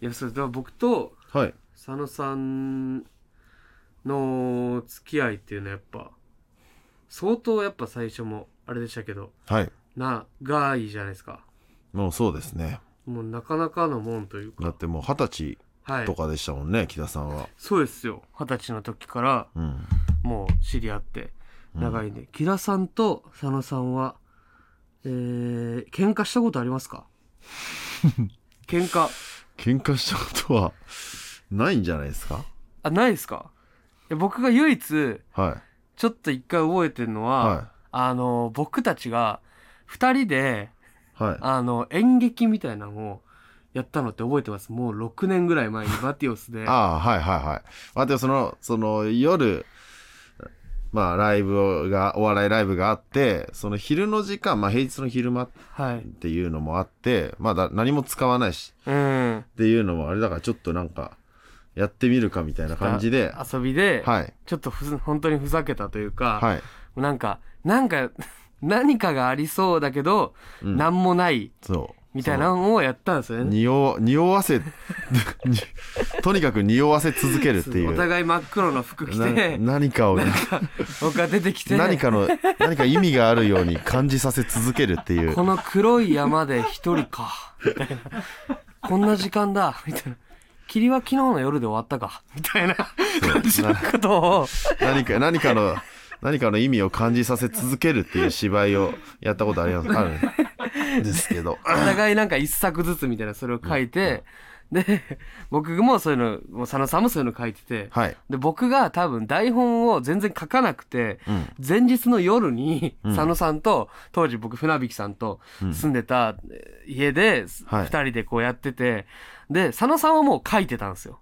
[SPEAKER 1] いやそれでは僕と
[SPEAKER 2] はい
[SPEAKER 1] 佐野さんの付き合いっていうのはやっぱ相当やっぱ最初もあれでしたけど
[SPEAKER 2] はい
[SPEAKER 1] 長いじゃないですか
[SPEAKER 2] もうそうですね
[SPEAKER 1] もうなかなかのもんという
[SPEAKER 2] だ
[SPEAKER 1] か
[SPEAKER 2] ってもう二十
[SPEAKER 1] は
[SPEAKER 2] 歳
[SPEAKER 1] い
[SPEAKER 2] とかでしたもんね木田さんは
[SPEAKER 1] そうですよ二十歳の時から
[SPEAKER 2] うん
[SPEAKER 1] もう知り合って長いんで、 木田さんと佐野さんはえー、喧嘩したことありますか喧嘩
[SPEAKER 2] 喧嘩したことはないんじゃないですか
[SPEAKER 1] あないですかいや僕が唯一
[SPEAKER 2] は
[SPEAKER 1] ちょっと一回覚えてるの
[SPEAKER 2] い
[SPEAKER 1] は、
[SPEAKER 2] は
[SPEAKER 1] あの僕たちが二人で
[SPEAKER 2] いは
[SPEAKER 1] あの演劇みたいなのをやったのって覚えてますもう6年ぐらい 前にバティオスで
[SPEAKER 2] いああはいはいはいまあでもそのその夜まあライブがお笑いライブがあってその昼の時間まあ平日の昼間っ
[SPEAKER 1] はい
[SPEAKER 2] ていうのもあってまあだ何も使わないし
[SPEAKER 1] うん
[SPEAKER 2] っていうのもあれだからちょっとなんかやってみるかみたいな感じでは
[SPEAKER 1] 遊びで、
[SPEAKER 2] い
[SPEAKER 1] ちょっとふざ本当にふざけたというか、
[SPEAKER 2] はい、
[SPEAKER 1] なんかなんか 何かがありそうだけど、
[SPEAKER 2] うん
[SPEAKER 1] 何もない
[SPEAKER 2] そう
[SPEAKER 1] みたいなのをやったんですよ
[SPEAKER 2] その
[SPEAKER 1] ね
[SPEAKER 2] 匂わ匂わせ にとにかく匂わせ続けるっていう
[SPEAKER 1] お互い真っ黒の服着
[SPEAKER 2] な
[SPEAKER 1] て
[SPEAKER 2] 何かを
[SPEAKER 1] 僕が出てきて
[SPEAKER 2] 何かの何か意味があるように感じさせ続けるっていう
[SPEAKER 1] この黒い山で一人か。みたいな。こんな時間だ。みたいな。霧は昨日の夜で終わったか。みたいな感じのことを。
[SPEAKER 2] 何か何かの何かの意味を感じさせ続けるっていう芝居をやったこと ありますあるんですけど
[SPEAKER 1] お互いなんか一作ずつみたいなそれを書いて、で、僕もそういうの、もう佐野さんもそういうの書いてて、
[SPEAKER 2] はい、
[SPEAKER 1] で、僕が多分台本を全然書かなくて、
[SPEAKER 2] うん、
[SPEAKER 1] 前日の夜に
[SPEAKER 2] うん
[SPEAKER 1] 佐野さんと、当時僕船引さんと住んでたえー家で、す
[SPEAKER 2] はい
[SPEAKER 1] 二人でこうやってて、で、佐野さんはもう書いてたんですよ。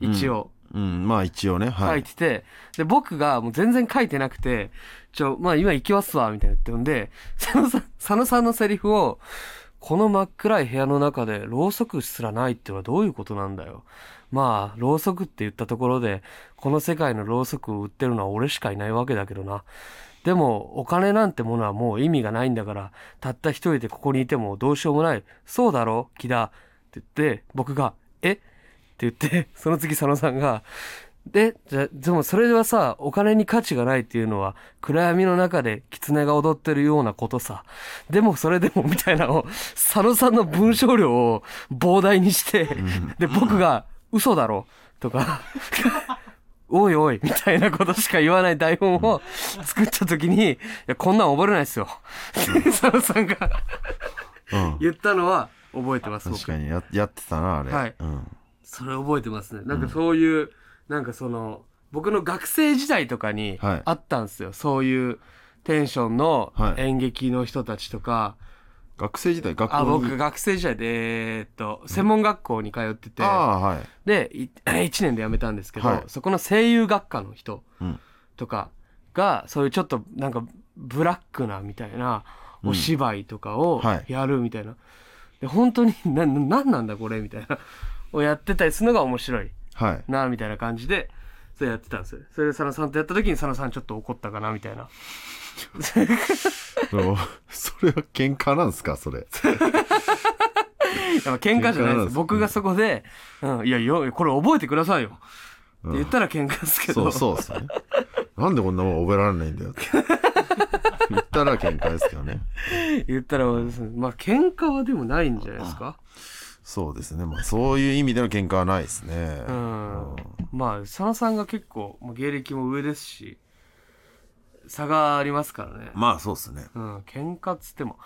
[SPEAKER 1] 一応。
[SPEAKER 2] うん、まあ一応ねは
[SPEAKER 1] 書い
[SPEAKER 2] い
[SPEAKER 1] てて、で、僕がもう全然書いてなくて、ちょ、まあ今行きますわ、みたいな言ってんで、佐野さん、佐野さんのセリフを、この真っ暗い部屋の中でろうそくすらないってのはどういうことなんだよ。まあ、ろうそくって言ったところで、この世界のろうそくを売ってるのは俺しかいないわけだけどな。でも、お金なんてものはもう意味がないんだから、たった一人でここにいてもどうしようもない。そうだろ木田。って言って、僕が、えって言って、その次佐野さんが、で、じゃ、でもそれはさ、お金に価値がないっていうのは、暗闇の中で狐が踊ってるようなことさ。でもそれでもみたいなのを、佐野さんの文章量を膨大にして、で、僕が、嘘だろとか、おいおいみたいなことしか言わない台本を作った時に、いや、こんなん覚えれないですよ。って佐野さんが
[SPEAKER 2] うん、
[SPEAKER 1] 言ったのは覚えてます、僕
[SPEAKER 2] 確かにややってたなあれ、
[SPEAKER 1] はい
[SPEAKER 2] うん、
[SPEAKER 1] それ覚えてますね。なんかそういう、なんかその、僕の学生時代とかに
[SPEAKER 2] はい
[SPEAKER 1] あったんですよ。そういうテンションの
[SPEAKER 2] はい
[SPEAKER 1] 演劇の人たちとか、
[SPEAKER 2] 学生時代学校
[SPEAKER 1] あ、
[SPEAKER 2] に
[SPEAKER 1] 僕学生時代で、えーっと、専門学校に通ってて、
[SPEAKER 2] ああはい
[SPEAKER 1] で、い1年で辞めたんですけど、
[SPEAKER 2] はい
[SPEAKER 1] そこの声優学科の人
[SPEAKER 2] うん
[SPEAKER 1] とかが、そういうちょっとなんかブラックなみたいなお芝居とかを
[SPEAKER 2] うんはい
[SPEAKER 1] やるみたいな。で、本当にな、ななんなんだこれみたいな。をやってたりするのが面白い。
[SPEAKER 2] はい
[SPEAKER 1] なみたいな感じでそれやってたんですよそれで佐野さんとやった時に佐野さんちょっと怒ったかなみたいな
[SPEAKER 2] その それは喧嘩なんですか それ
[SPEAKER 1] やっぱ喧嘩じゃないで
[SPEAKER 2] 喧嘩なんですす
[SPEAKER 1] 僕がそこで「うん、いやよこれ覚えてくださいよ」って言ったら喧嘩ですけど、
[SPEAKER 2] そうそうですねなんでこんなもん覚えられないんだよって言ったら喧嘩ですけどね
[SPEAKER 1] 言ったらまあ喧嘩はでもないんじゃないですか
[SPEAKER 2] そうですねまあそういう意味での喧嘩はないですね
[SPEAKER 1] うんまあ佐野さんが結構まあ芸歴も上ですし差がありますからね
[SPEAKER 2] まあそうですね
[SPEAKER 1] うん喧嘩っつっても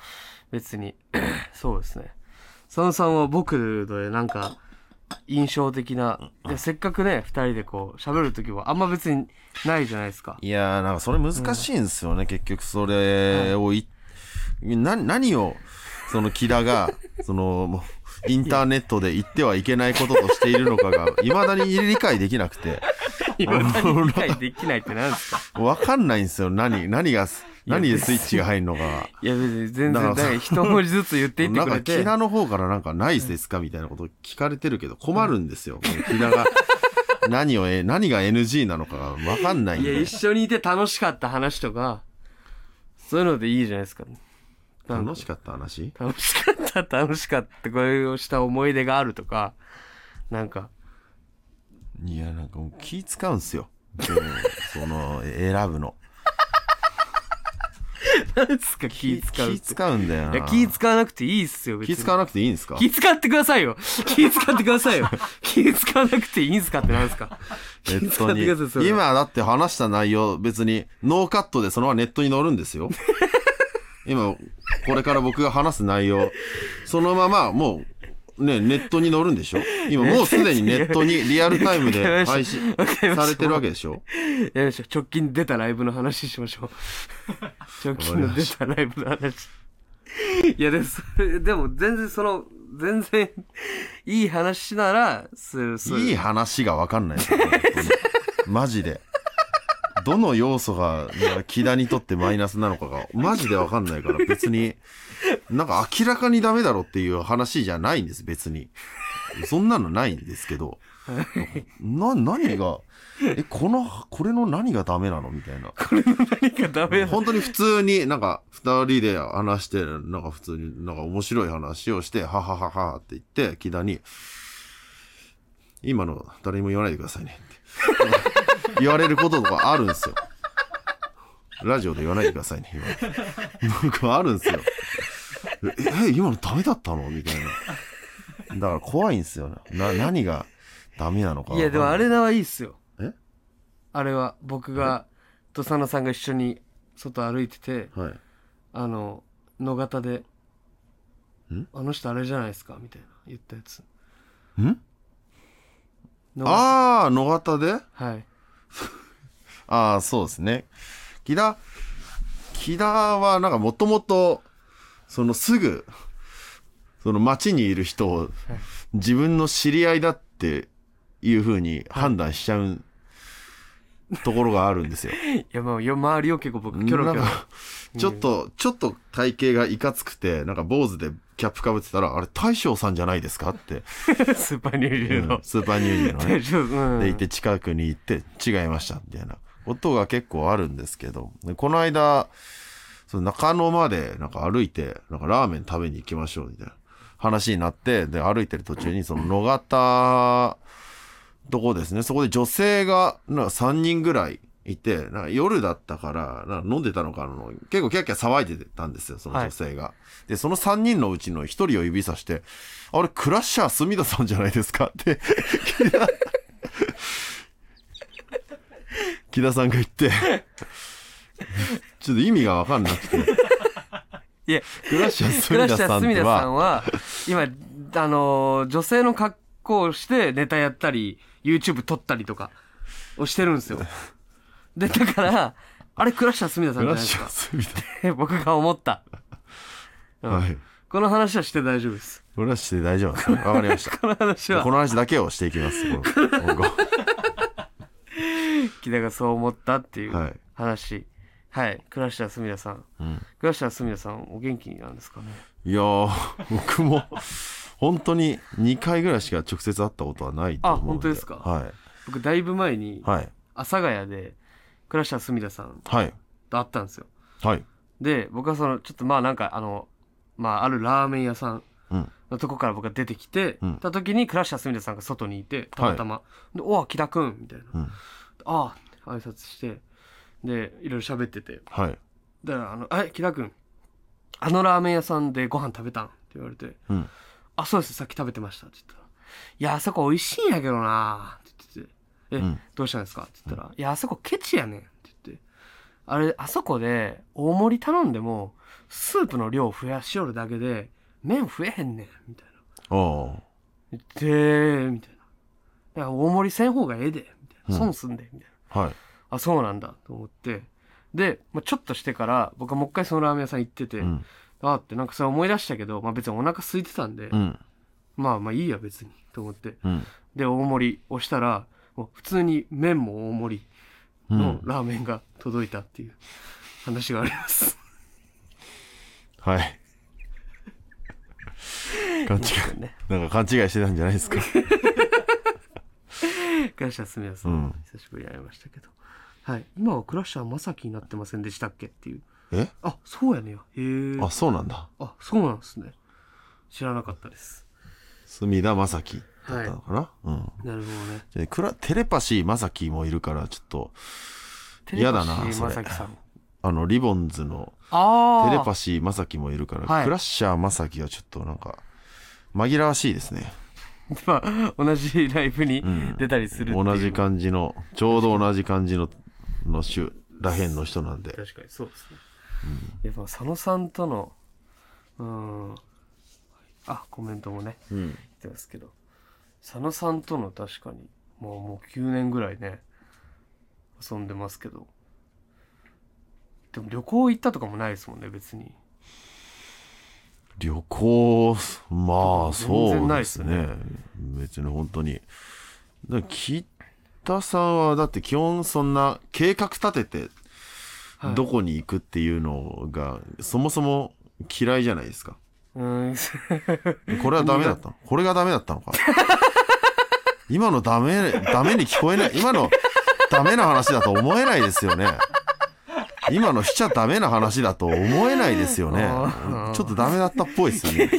[SPEAKER 1] 別に そうですね佐野さんは僕のなんか印象的な、いやせっかくね2人でこう喋る時はあんま別にないじゃないですか
[SPEAKER 2] いやーなんかそれ難しいんですよね、結局それをい、な何をその木 田がそのもうインターネットで言ってはいけないこととしているのかがいまだに理解できなくて
[SPEAKER 1] 今理解できないってなんですか
[SPEAKER 2] わかんないんですよ何何が何でスイッチが入るのかが。
[SPEAKER 1] いや別に全然
[SPEAKER 2] だから
[SPEAKER 1] だから一文字ずつ言っていって
[SPEAKER 2] なん
[SPEAKER 1] く
[SPEAKER 2] か、
[SPEAKER 1] れ
[SPEAKER 2] キ
[SPEAKER 1] て
[SPEAKER 2] ラの方からなんか、ないですかみたいなこと聞かれてるけど、困るんで すよ。キラが、何を、え何が NG なのかがわかんないん
[SPEAKER 1] いや
[SPEAKER 2] で
[SPEAKER 1] 一。緒にいて楽しかった話とかそういうのでいいじゃないですかなんか
[SPEAKER 2] 楽しかった話
[SPEAKER 1] 楽しかった楽しかったこれをした思い出があるとかなん か
[SPEAKER 2] いや、なんかもう気使うんすよ。でもその、え選ぶの。
[SPEAKER 1] 何ですか気使うって
[SPEAKER 2] 気使うんだよ
[SPEAKER 1] いや
[SPEAKER 2] な。
[SPEAKER 1] 気使わなくていいっすよ、別に。
[SPEAKER 2] 気使わなくていいんですか
[SPEAKER 1] 気使ってください よ。気使ってくださいよ。気使わなくていいんすかってなんです か。
[SPEAKER 2] ネ
[SPEAKER 1] 気
[SPEAKER 2] ッ
[SPEAKER 1] 使
[SPEAKER 2] ト
[SPEAKER 1] って
[SPEAKER 2] に
[SPEAKER 1] ください、そ。れは。
[SPEAKER 2] 今だって話した内容、別に、ノーカットでそのままネットに載るんですよ。今、これから僕が話す内容、そのままもう、ね、ネットに載るんでしょ 今もうすでにネットにリアルタイムで配信
[SPEAKER 1] わかりました
[SPEAKER 2] されてるわけでしょ
[SPEAKER 1] やりましょう直近出たライブの話しま しょう直近の出たライブの話いやでもそれでも全然その全然いい話ならするする
[SPEAKER 2] いい話が分かんないですよ本当にマジで。どの要素が、なんか木田にとってマイナスなのかが、マジで分かんないから、別に、なんか明らかにダメだろっていう話じゃないんです、別に。そんなのないんですけど。な、何が、え、この、これの何がダメなのみたいな。
[SPEAKER 1] 何かダメな
[SPEAKER 2] 本当に普通になんか二人で話して、なんか普通になんか面白い話をして、はははははって言って、木田に、今の誰にも言わないでくださいねって 言われることとかあるんですよ。ラジオで言わないでくださいね、今。なんかあるんですよ。え、え今のダメだったのみたいな。だから怖いんですよね。な、何がダメなのか。
[SPEAKER 1] いやでもあれなはいいっすよ
[SPEAKER 2] え
[SPEAKER 1] あれは僕がと佐野さんが一緒に外歩いてて
[SPEAKER 2] はい。
[SPEAKER 1] あの野方で
[SPEAKER 2] ん
[SPEAKER 1] 「あの人あれじゃないですか」みたいな言ったやつ
[SPEAKER 2] ん
[SPEAKER 1] 野方
[SPEAKER 2] ああ、野方で
[SPEAKER 1] はい
[SPEAKER 2] ああ、そうですね。木田、木田はなんかもともと、そのすぐ、その街にいる人を自分の知り合いだっていうふうに判断しちゃうところがあるんですよ。
[SPEAKER 1] いやまあよ周りを結構僕 キョロ
[SPEAKER 2] な
[SPEAKER 1] キ
[SPEAKER 2] ん
[SPEAKER 1] ョロ
[SPEAKER 2] か、ちょっと、ちょっと体型がいかつくて、なんか坊主でキャップかぶってたら、あれ大将さんじゃないですかって、
[SPEAKER 1] スーパーニューリ
[SPEAKER 2] う
[SPEAKER 1] ーの
[SPEAKER 2] んスーパーニューリーのね
[SPEAKER 1] 大。丈夫うん
[SPEAKER 2] で、行って近くに行って、違いました、みたいなことが結構あるんですけど、でこの間、その中野までなんか歩いて、なんかラーメン食べに行きましょう、みたいな話になって、で、歩いてる途中に、その野方、とこですね、そこで女性が、なんか3人ぐらいいて、なんか夜だったから、なんか飲んでたのかな、結構キャッキャ騒いでたんですよ、その女性が。で、その3人のうちの1人を指さして、あれ、クラッシャー隅田さんじゃないですかって、木田さんが言って、ちょっと意味がわかんなくて、
[SPEAKER 1] いや
[SPEAKER 2] クラッシャー
[SPEAKER 1] クラ
[SPEAKER 2] 隅
[SPEAKER 1] ッシ
[SPEAKER 2] 田
[SPEAKER 1] ャ
[SPEAKER 2] さ
[SPEAKER 1] ー
[SPEAKER 2] んっ
[SPEAKER 1] 隅
[SPEAKER 2] て
[SPEAKER 1] 田さ
[SPEAKER 2] は
[SPEAKER 1] ん、は今あのー女性の格好をしてネタやったり YouTube 撮ったりとかをしてるんですよでだからあれクラッシャー隅田さんじゃ
[SPEAKER 2] クラッ
[SPEAKER 1] ないです
[SPEAKER 2] シャー
[SPEAKER 1] か
[SPEAKER 2] 隅
[SPEAKER 1] って僕が思った
[SPEAKER 2] 田。はい。
[SPEAKER 1] この話はして大丈夫です
[SPEAKER 2] クラッシャーで大丈夫ですね。わかりました。
[SPEAKER 1] この話
[SPEAKER 2] こ
[SPEAKER 1] は
[SPEAKER 2] の話だけをしていきます。この今後
[SPEAKER 1] 木田がそう思ったっていう
[SPEAKER 2] はい
[SPEAKER 1] 話はい、クラッシャー隅田さん、
[SPEAKER 2] ん
[SPEAKER 1] クラッシャー隅田さんお元気なんですかね
[SPEAKER 2] いやー、 僕も、本当に2回ぐらいしか直接会ったことはないと思うんで。
[SPEAKER 1] あ本当ですか
[SPEAKER 2] は
[SPEAKER 1] 僕だいぶ前に
[SPEAKER 2] い。はい。
[SPEAKER 1] 阿佐ヶ谷でクラッシャー隅田さん
[SPEAKER 2] はい。
[SPEAKER 1] と会ったんですよ
[SPEAKER 2] はい。
[SPEAKER 1] で僕はそのちょっとまあなんかあのまああるラーメン屋さん
[SPEAKER 2] うん。
[SPEAKER 1] のとこから僕が出てきて、
[SPEAKER 2] うん
[SPEAKER 1] た時にクラッシャー隅田さんが外にいてたまたま「でおう木田君」みたいな
[SPEAKER 2] うん。
[SPEAKER 1] 「ああ」挨拶してでいろいろ喋ってて
[SPEAKER 2] はい。
[SPEAKER 1] だからあの「え木田君あのラーメン屋さんでご飯食べたん?」って言われて
[SPEAKER 2] うん。
[SPEAKER 1] 「あそうですさっき食べてました」って言ったら「いやあそこ美味しいんやけどな」って言ってて「え、
[SPEAKER 2] うん
[SPEAKER 1] どうしたんですか?」って言ったら「いやあそこケチやねん」って言って「あれあそこで大盛り頼んでもスープの量増やしよるだけで麺増えへんねん」みたい
[SPEAKER 2] おー
[SPEAKER 1] な「でみたいな「だから大盛りせん方がええで」みたいな「損すんで」みたいな。
[SPEAKER 2] はい。
[SPEAKER 1] あそうなんだと思ってで、まあ、ちょっとしてから僕はもう一回そのラーメン屋さん行ってて、
[SPEAKER 2] うん。
[SPEAKER 1] あーってなんかそれ思い出したけど、まあ、別にお腹空いてたんで、
[SPEAKER 2] うん。
[SPEAKER 1] まあまあいいや別にと思って
[SPEAKER 2] うん。
[SPEAKER 1] で大盛りをしたらもう普通に麺も大盛
[SPEAKER 2] う
[SPEAKER 1] りの
[SPEAKER 2] ん。
[SPEAKER 1] ラーメンが届いたっていう話があります、
[SPEAKER 2] はい。 勘違
[SPEAKER 1] ね
[SPEAKER 2] い。なんか勘違いしてたんじゃないですか。
[SPEAKER 1] クラッシャーすみませ
[SPEAKER 2] うん
[SPEAKER 1] ん久しぶりに会いましたけどはい今はクラッシャーまさきになってませんでしたっけっていう
[SPEAKER 2] え
[SPEAKER 1] あそうやねやへえ
[SPEAKER 2] あ、そうなんだ。
[SPEAKER 1] あそうなんですね知らなかったです
[SPEAKER 2] 隅田正樹だったのかな、うん。
[SPEAKER 1] なるほどね
[SPEAKER 2] で、クラ、テレパシー正樹もいるから、ちょっと、
[SPEAKER 1] テレ
[SPEAKER 2] 嫌
[SPEAKER 1] パ
[SPEAKER 2] だ
[SPEAKER 1] シ
[SPEAKER 2] な
[SPEAKER 1] ー
[SPEAKER 2] そ
[SPEAKER 1] ま
[SPEAKER 2] れ
[SPEAKER 1] さきさん
[SPEAKER 2] あの、リボンズの、
[SPEAKER 1] ああ。
[SPEAKER 2] テレパシー正樹もいるから、
[SPEAKER 1] はい
[SPEAKER 2] クラッシャー正樹はちょっとなんか紛らわしいですね
[SPEAKER 1] まあ、同じライブに
[SPEAKER 2] ん
[SPEAKER 1] 出たりするっていう、
[SPEAKER 2] 同じ感じのちょうど同じ感じのの種らへんの人なんで
[SPEAKER 1] 確かにそうですね。やっぱ佐野さんとのうんあコメントもね
[SPEAKER 2] うん。
[SPEAKER 1] 来てますけど佐野さんとの確かにもうもう9年ぐらいね遊んでますけどでも旅行行ったとかもないですもんね別に
[SPEAKER 2] 旅行、ま
[SPEAKER 1] 全
[SPEAKER 2] あ、そ
[SPEAKER 1] 然
[SPEAKER 2] う
[SPEAKER 1] ない
[SPEAKER 2] で
[SPEAKER 1] っ
[SPEAKER 2] す
[SPEAKER 1] す
[SPEAKER 2] ね
[SPEAKER 1] ね。
[SPEAKER 2] 別に本当に。だから北さんは、だって基本そんな計画立てて、
[SPEAKER 1] はい
[SPEAKER 2] どこに行くっていうのが、そもそも嫌いじゃないですか。
[SPEAKER 1] うーん
[SPEAKER 2] これはダメだったのこれがダメだったのか 今のダメ、ダメに聞こえない。今のダメな話だと思えないですよね。今のしちゃダメな話だと思えないですよね
[SPEAKER 1] あー。
[SPEAKER 2] ちょっとダメだったっぽいですよね。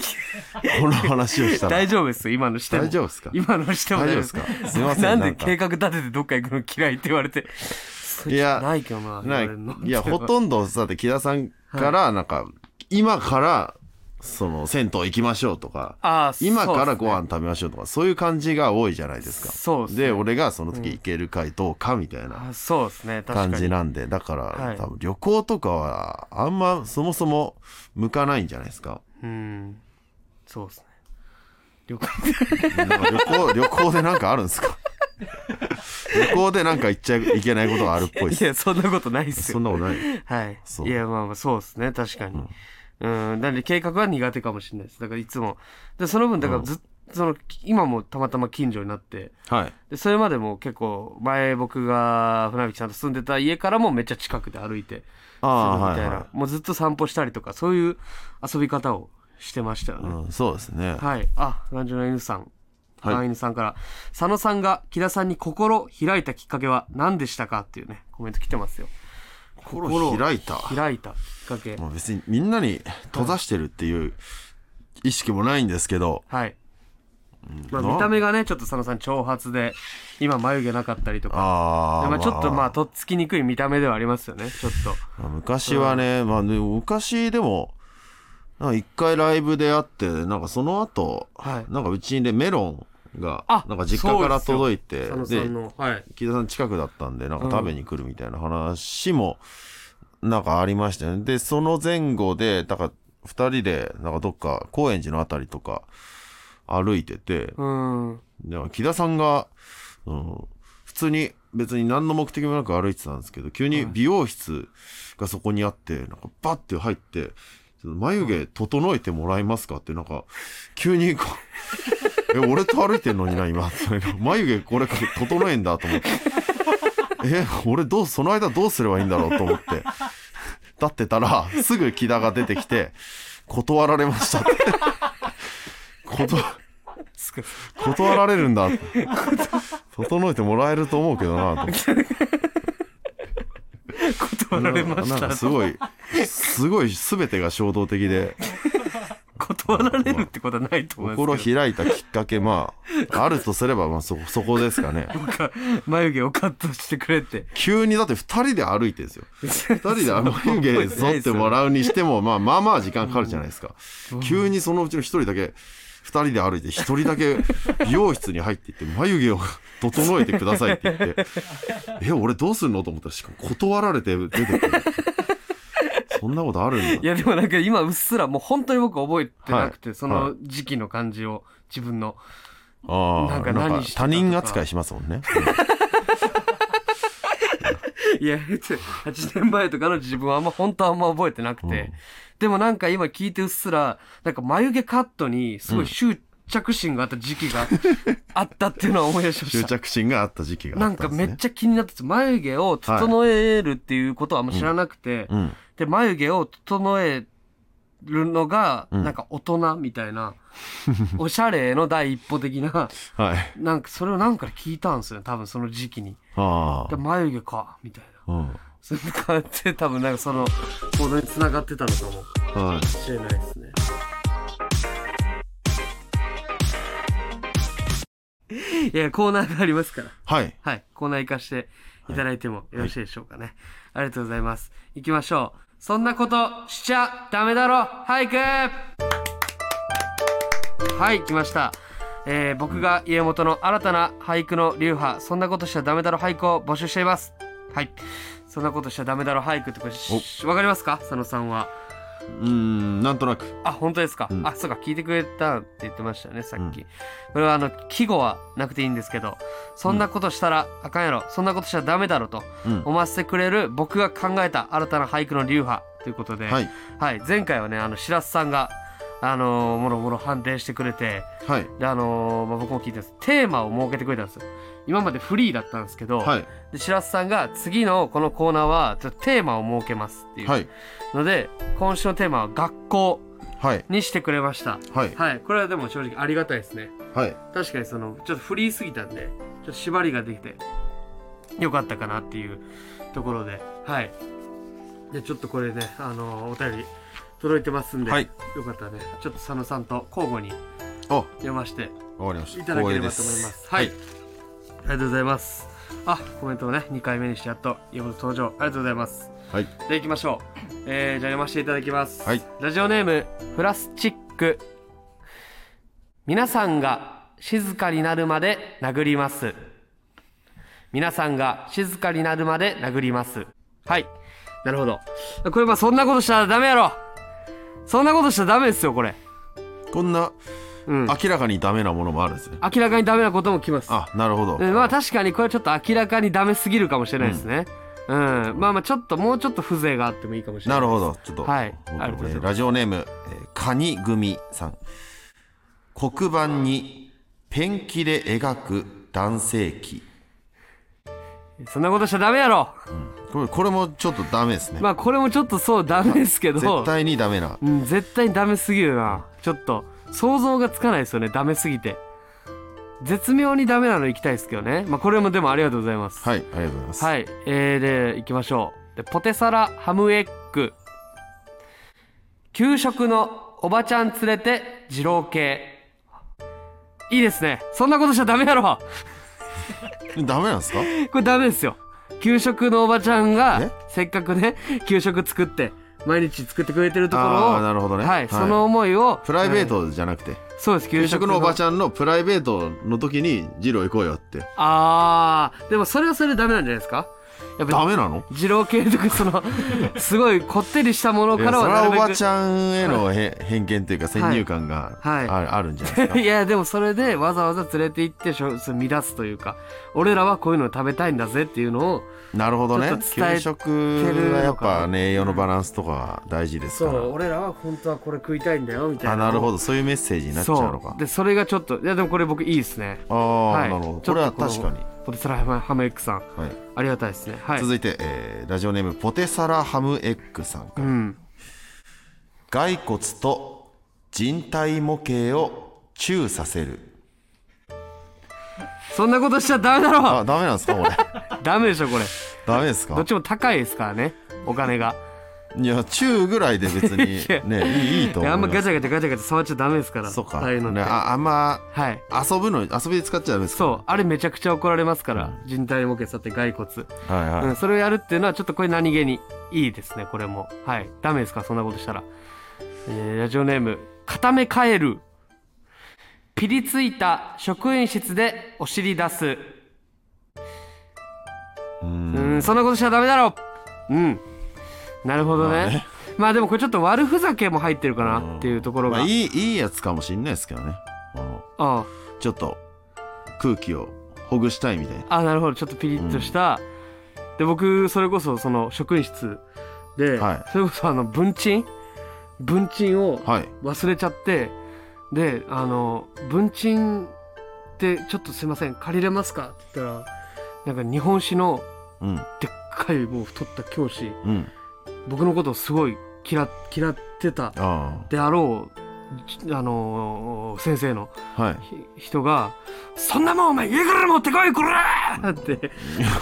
[SPEAKER 2] この話をしたら。
[SPEAKER 1] 大丈夫です今のしても
[SPEAKER 2] 大丈夫ですか
[SPEAKER 1] 今のしても
[SPEAKER 2] 大丈夫ですかすいません
[SPEAKER 1] なん
[SPEAKER 2] な
[SPEAKER 1] で
[SPEAKER 2] んか
[SPEAKER 1] 計画立ててどっか行くの嫌いって言われて
[SPEAKER 2] いや
[SPEAKER 1] ないけどな言わ
[SPEAKER 2] な
[SPEAKER 1] れ
[SPEAKER 2] い
[SPEAKER 1] るの
[SPEAKER 2] いや、ほとんど、だって木田さんから、なんか、今から、その、銭湯行きましょうとか、
[SPEAKER 1] あー
[SPEAKER 2] 今か
[SPEAKER 1] そう
[SPEAKER 2] ら
[SPEAKER 1] っす
[SPEAKER 2] ご
[SPEAKER 1] ね
[SPEAKER 2] 飯食べましょうとか、そういう感じが多いじゃないですか。
[SPEAKER 1] そうっすね
[SPEAKER 2] で、俺がその時行ける回どうかみたいな
[SPEAKER 1] あそうですね確かに
[SPEAKER 2] 感じなんで、だから、
[SPEAKER 1] はい
[SPEAKER 2] 多分旅行とかは、あんまそもそも向かないんじゃないで すか。
[SPEAKER 1] うんそうですね旅行
[SPEAKER 2] なんか旅行、旅行でなんかあるんですか 旅行でなんか行っちゃいけないことがあるっぽいで
[SPEAKER 1] い
[SPEAKER 2] す。
[SPEAKER 1] やそんなことないっす
[SPEAKER 2] そ
[SPEAKER 1] よ
[SPEAKER 2] んなことない。
[SPEAKER 1] はい
[SPEAKER 2] そう
[SPEAKER 1] いやまあまあそうですね確かにうん、なんで計画は苦手かもしれないですだからいつもでその分だからずっその今もたまたま近所になって
[SPEAKER 2] はい。
[SPEAKER 1] でそれまでも結構前僕が船引さんと住んでた家からもめっちゃ近くで歩いてす
[SPEAKER 2] ああ、
[SPEAKER 1] るみ
[SPEAKER 2] は
[SPEAKER 1] たい
[SPEAKER 2] い、
[SPEAKER 1] な、
[SPEAKER 2] は
[SPEAKER 1] もうずっと散歩したりとかそういう遊び方をしてましたよね、
[SPEAKER 2] い。うん、そうですね。
[SPEAKER 1] はいあ南條の犬さん
[SPEAKER 2] はい
[SPEAKER 1] はい、犬さんから佐野さんが木田さんに心を開いたきっかけは何でしたかっていうねコメント来てますよ
[SPEAKER 2] 心を開いた。
[SPEAKER 1] 開いたきっかけ
[SPEAKER 2] まあ、別にみんなに閉ざしてるっていう意識もないんですけど、
[SPEAKER 1] はい、まあ、
[SPEAKER 2] な
[SPEAKER 1] 見た目がねちょっと佐野さん長髪で今眉毛なかったりとか
[SPEAKER 2] ああ、
[SPEAKER 1] まあ、ちょっとまあとっつきにくい見た目ではありますよねちょっと
[SPEAKER 2] まあ昔はね、まあね、昔でも、なんか一回ライブで会って、なんかその後、
[SPEAKER 1] はい
[SPEAKER 2] なんかうちにね、メロンが、
[SPEAKER 1] あ
[SPEAKER 2] なんか実家から
[SPEAKER 1] そう
[SPEAKER 2] 届いて、
[SPEAKER 1] 佐野さ
[SPEAKER 2] で
[SPEAKER 1] ん、のはい
[SPEAKER 2] 木田さん近くだったんで、なんか食べに来るみたいな話も、なんかありましたよね。で、その前後で、だから二人で、なんかどっか、高円寺のあたりとか、歩いてて、
[SPEAKER 1] うん
[SPEAKER 2] でも木田さんが、うん、普通に別に何の目的もなく歩いてたんですけど急に美容室がそこにあってなんかバッて入って「ちょっと眉毛整えてもらえますか?」ってなんか急にこう「え俺と歩いてんのにな今」眉毛これ整えんだと思って「え俺どうその間どうすればいいんだろう?」と思って立ってたらすぐ木田が出てきて「断られました」って。断断られる んだ整えてもらえると思うけどなと思って
[SPEAKER 1] 断られまし
[SPEAKER 2] なん
[SPEAKER 1] た
[SPEAKER 2] かすごいすごい全てが衝動的で
[SPEAKER 1] 断られるってことはないと思い
[SPEAKER 2] 心
[SPEAKER 1] ますけど
[SPEAKER 2] 開いたきっかけまああるとすればまあそそこですかね
[SPEAKER 1] 眉毛をカットしてくれって
[SPEAKER 2] 急にだって2人で歩いてるんですよ
[SPEAKER 1] 2
[SPEAKER 2] 2人で眉毛剃ってもらうにしてもまあまあまあ時間かかるじゃないですか急にそのうちの1人だけ2人で歩いて1人だけ美容室に入っていって眉毛を整えてくださいって言って え俺どうするのと思ったらしかも断られて出てくるそんなことあるんだ
[SPEAKER 1] いやでもなんか今うっすらもう本当に僕覚えてなくて、
[SPEAKER 2] はい
[SPEAKER 1] その時期の感じを自分の
[SPEAKER 2] ああ
[SPEAKER 1] なんか
[SPEAKER 2] なん
[SPEAKER 1] 何
[SPEAKER 2] か
[SPEAKER 1] してた
[SPEAKER 2] 他
[SPEAKER 1] とか
[SPEAKER 2] 人扱いしますもんね。
[SPEAKER 1] いや8年前とかの自分はあんま本当はあんま覚えてなくて、
[SPEAKER 2] うん
[SPEAKER 1] でもなんか今聞いてうっすらなんか眉毛カットにすごい執着心があった時期 があったっていうのは思い出しま
[SPEAKER 2] 執
[SPEAKER 1] した。
[SPEAKER 2] 着心があった時期が
[SPEAKER 1] な
[SPEAKER 2] あっ
[SPEAKER 1] ん
[SPEAKER 2] た
[SPEAKER 1] か
[SPEAKER 2] んです
[SPEAKER 1] め
[SPEAKER 2] ね。
[SPEAKER 1] っちゃ気になってて眉毛を整えるっていうことはあんま知らなくて、
[SPEAKER 2] うん。
[SPEAKER 1] で眉毛を整えるのが
[SPEAKER 2] うん
[SPEAKER 1] なんか大人みたいな、おしゃれの第一歩的な
[SPEAKER 2] はい。
[SPEAKER 1] なんかそれをなんかで聞いたんですよね多分その時期に
[SPEAKER 2] あ
[SPEAKER 1] で眉毛かみたいな
[SPEAKER 2] あ。うん。
[SPEAKER 1] そういう感じで多分なんかその行動に繋がってたのかも
[SPEAKER 2] はい。
[SPEAKER 1] しれないですねいやコーナーがありますから
[SPEAKER 2] はい。
[SPEAKER 1] はいコーナー行かしていただいてもよろしいでしょうかね、ありがとうございます行きましょうそんなことしちゃダメだろ俳句はい来ましたえー僕が家元の新たな俳句の流派そんなことしちゃダメだろ俳句を募集しています
[SPEAKER 2] はい
[SPEAKER 1] そんなことしちゃダメだろ俳句とかしわかりますか佐野さんは
[SPEAKER 2] うーんなんとなく
[SPEAKER 1] あ本当ですか、
[SPEAKER 2] うん
[SPEAKER 1] あそうか聞いてくれたって言ってましたねさっき、
[SPEAKER 2] う
[SPEAKER 1] これはあの季語はなくていいんですけどそんなことしたらあかんやろそんなことしちゃダメだろと
[SPEAKER 2] うん
[SPEAKER 1] 思わせてくれる僕が考えた新たな俳句の流派ということで、
[SPEAKER 2] はい
[SPEAKER 1] はい前回はねあの白洲さんがあのーもろもろ判定してくれて
[SPEAKER 2] はい
[SPEAKER 1] であのーまあ、僕も聞いたんですテーマを設けてくれたんですよ今までフリーだったんですけど、
[SPEAKER 2] はい
[SPEAKER 1] で白洲さんが次のこのコーナーはちょっとテーマを設けますっていう、
[SPEAKER 2] はい
[SPEAKER 1] ので今週のテーマは学校
[SPEAKER 2] はい
[SPEAKER 1] にしてくれました
[SPEAKER 2] はい
[SPEAKER 1] はいこれはでも正直ありがたいですね
[SPEAKER 2] はい
[SPEAKER 1] 確かにそのちょっとフリーすぎたんでちょっと縛りができてよかったかなっていうところではいでちょっとこれねあのお便り届いてますんで、
[SPEAKER 2] はい
[SPEAKER 1] よかったらねちょっと佐野さんと交互に
[SPEAKER 2] お
[SPEAKER 1] 読ませて
[SPEAKER 2] わかりました
[SPEAKER 1] いただければと思いま
[SPEAKER 2] 光栄です
[SPEAKER 1] はい、ありがとうございますあコメントをね2回目にしてやっと山本登場ありがとうございます
[SPEAKER 2] はい
[SPEAKER 1] で行きましょう、えー、じゃあ読ませていただきます、
[SPEAKER 2] はい
[SPEAKER 1] ラジオネームプラスチック皆さんが静かになるまで殴ります皆さんが静かになるまで殴りますはいなるほどこれまあそんなことしたらダメやろそんなことしたらダメですよこれ
[SPEAKER 2] こんな
[SPEAKER 1] うん
[SPEAKER 2] 明らかにダメなものもあるんですね
[SPEAKER 1] 明らかにダメなこともきます
[SPEAKER 2] あなるほど
[SPEAKER 1] うんまあ確かにこれはちょっと明らかにダメすぎるかもしれないですね。うん、まあまあちょっともうちょっと風情があってもいいかもしれな。
[SPEAKER 2] ないるほどちょっと
[SPEAKER 1] はい
[SPEAKER 2] 僕もね
[SPEAKER 1] ありがとうございます
[SPEAKER 2] ラジオネーム、えーカニ組さん黒板にペンキで描く男性器
[SPEAKER 1] そんなことしちゃダメやろ。
[SPEAKER 2] これこれもちょっとダメです ね、
[SPEAKER 1] まあこれもちょっとそうダメですけど、
[SPEAKER 2] 絶対にダメな
[SPEAKER 1] うん、絶対にダメすぎるな。ちょっと想像がつかないですよね。ダメすぎて。絶妙にダメなの行きたいですけどね。まあこれもでもありがとうございます。
[SPEAKER 2] はいありがとうございます、
[SPEAKER 1] はい、えー、で、行きましょう。で、ポテサラハムエッグ。給食のおばちゃん連れて二郎系。いいですね。そんなことしちゃダメやろ。
[SPEAKER 2] ダメなんですか
[SPEAKER 1] これダメですよ。給食のおばちゃんが
[SPEAKER 2] え、
[SPEAKER 1] せっかくね、給食作って、毎日作ってくれてるところ
[SPEAKER 2] あ
[SPEAKER 1] を、
[SPEAKER 2] ーなるほどね
[SPEAKER 1] はい、
[SPEAKER 2] はい
[SPEAKER 1] その思いを、
[SPEAKER 2] プライベー
[SPEAKER 1] はい
[SPEAKER 2] トじゃなくて、
[SPEAKER 1] そうです、給
[SPEAKER 2] 給
[SPEAKER 1] 食
[SPEAKER 2] 食
[SPEAKER 1] の
[SPEAKER 2] のおばち
[SPEAKER 1] ゃん。
[SPEAKER 2] ゃんのプライベートの時に二郎行こうよって
[SPEAKER 1] あー、でもそれはそれでダメなんじゃないですかやっぱ
[SPEAKER 2] ダメなの
[SPEAKER 1] 二郎系とかそ のすごいこってりしたもの
[SPEAKER 2] い
[SPEAKER 1] か
[SPEAKER 2] や
[SPEAKER 1] ら
[SPEAKER 2] そ
[SPEAKER 1] は
[SPEAKER 2] れ
[SPEAKER 1] な
[SPEAKER 2] は
[SPEAKER 1] る
[SPEAKER 2] お
[SPEAKER 1] べく
[SPEAKER 2] ばちゃんへのへ偏見というか先入観があ,、
[SPEAKER 1] はいは
[SPEAKER 2] あるんじゃない ですか
[SPEAKER 1] いやでもそれでわざわざ連れて行ってしょその乱すというか俺らはこういうのを食べたいんだぜっていうのを
[SPEAKER 2] なるほどね
[SPEAKER 1] ちょっと伝えて
[SPEAKER 2] 給食はやっぱね栄養のバランスとか大事ですから
[SPEAKER 1] 俺らは本当はこれ食いたいんだよみ
[SPEAKER 2] あなるほ
[SPEAKER 1] ど
[SPEAKER 2] どそういうメッセージになっちゃうの
[SPEAKER 1] そ
[SPEAKER 2] か
[SPEAKER 1] うでそれがちょっといやでもこれ僕いいですね
[SPEAKER 2] ああ、なるほどこれは確かに、
[SPEAKER 1] ポテサラハムエッグさん
[SPEAKER 2] はい
[SPEAKER 1] ありがたいですねはい
[SPEAKER 2] 続いて、えーラジオネームポテサラハムエッグさんか
[SPEAKER 1] う
[SPEAKER 2] ら、
[SPEAKER 1] ん
[SPEAKER 2] 骸骨と人体模型をチューさせる
[SPEAKER 1] そんなことしちゃダメだろ
[SPEAKER 2] あダメなんですかこれ
[SPEAKER 1] ダメでしょこれ
[SPEAKER 2] ダメです
[SPEAKER 1] どっ
[SPEAKER 2] か
[SPEAKER 1] ちも高いですからねお金が
[SPEAKER 2] いやチューぐらいで別 にねいいいいと思います
[SPEAKER 1] あんまガチャガチャガチャガチャ触っちゃダメですから
[SPEAKER 2] そうか、
[SPEAKER 1] ああいうのって
[SPEAKER 2] ねああんま
[SPEAKER 1] はい
[SPEAKER 2] 遊ぶの遊びで使っちゃダメですか
[SPEAKER 1] そうあれめちゃくちゃ怒られますから人体模型さって骸骨
[SPEAKER 2] はいはい、
[SPEAKER 1] うん、それをやるっていうのはちょっとこれ何気にいいですねこれもはいダメですかそんなことしたら、えーラジオネーム「固めカエル」ピリついた職員室でお尻出すうーんそんなことしちゃダメだろうんなるほどね,、ま
[SPEAKER 2] ま
[SPEAKER 1] あ、
[SPEAKER 2] あね
[SPEAKER 1] でもこれちょっと悪ふざけも入ってるかなっていうところが、
[SPEAKER 2] まあ、
[SPEAKER 1] あ
[SPEAKER 2] いいいいやつかもしんないですけどねあの
[SPEAKER 1] あ
[SPEAKER 2] ちょっと空気をほぐしたいみたいな
[SPEAKER 1] あなるほどちょっとピリッとした、で僕それこそその職員室で、
[SPEAKER 2] はい
[SPEAKER 1] それこそあの文鎮文鎮を
[SPEAKER 2] はい
[SPEAKER 1] 忘れちゃってであの「文鎮ってちょっとすいません借りれますか?」って言ったらなんか日本史の
[SPEAKER 2] うん
[SPEAKER 1] でっかいもう太った教師
[SPEAKER 2] うん
[SPEAKER 1] 僕のことをすごい嫌嫌ってた
[SPEAKER 2] あ
[SPEAKER 1] であろうあのー先生の
[SPEAKER 2] あはい
[SPEAKER 1] ひ人が「そんなもんお前家から持ってこいこら!」ってめっちゃ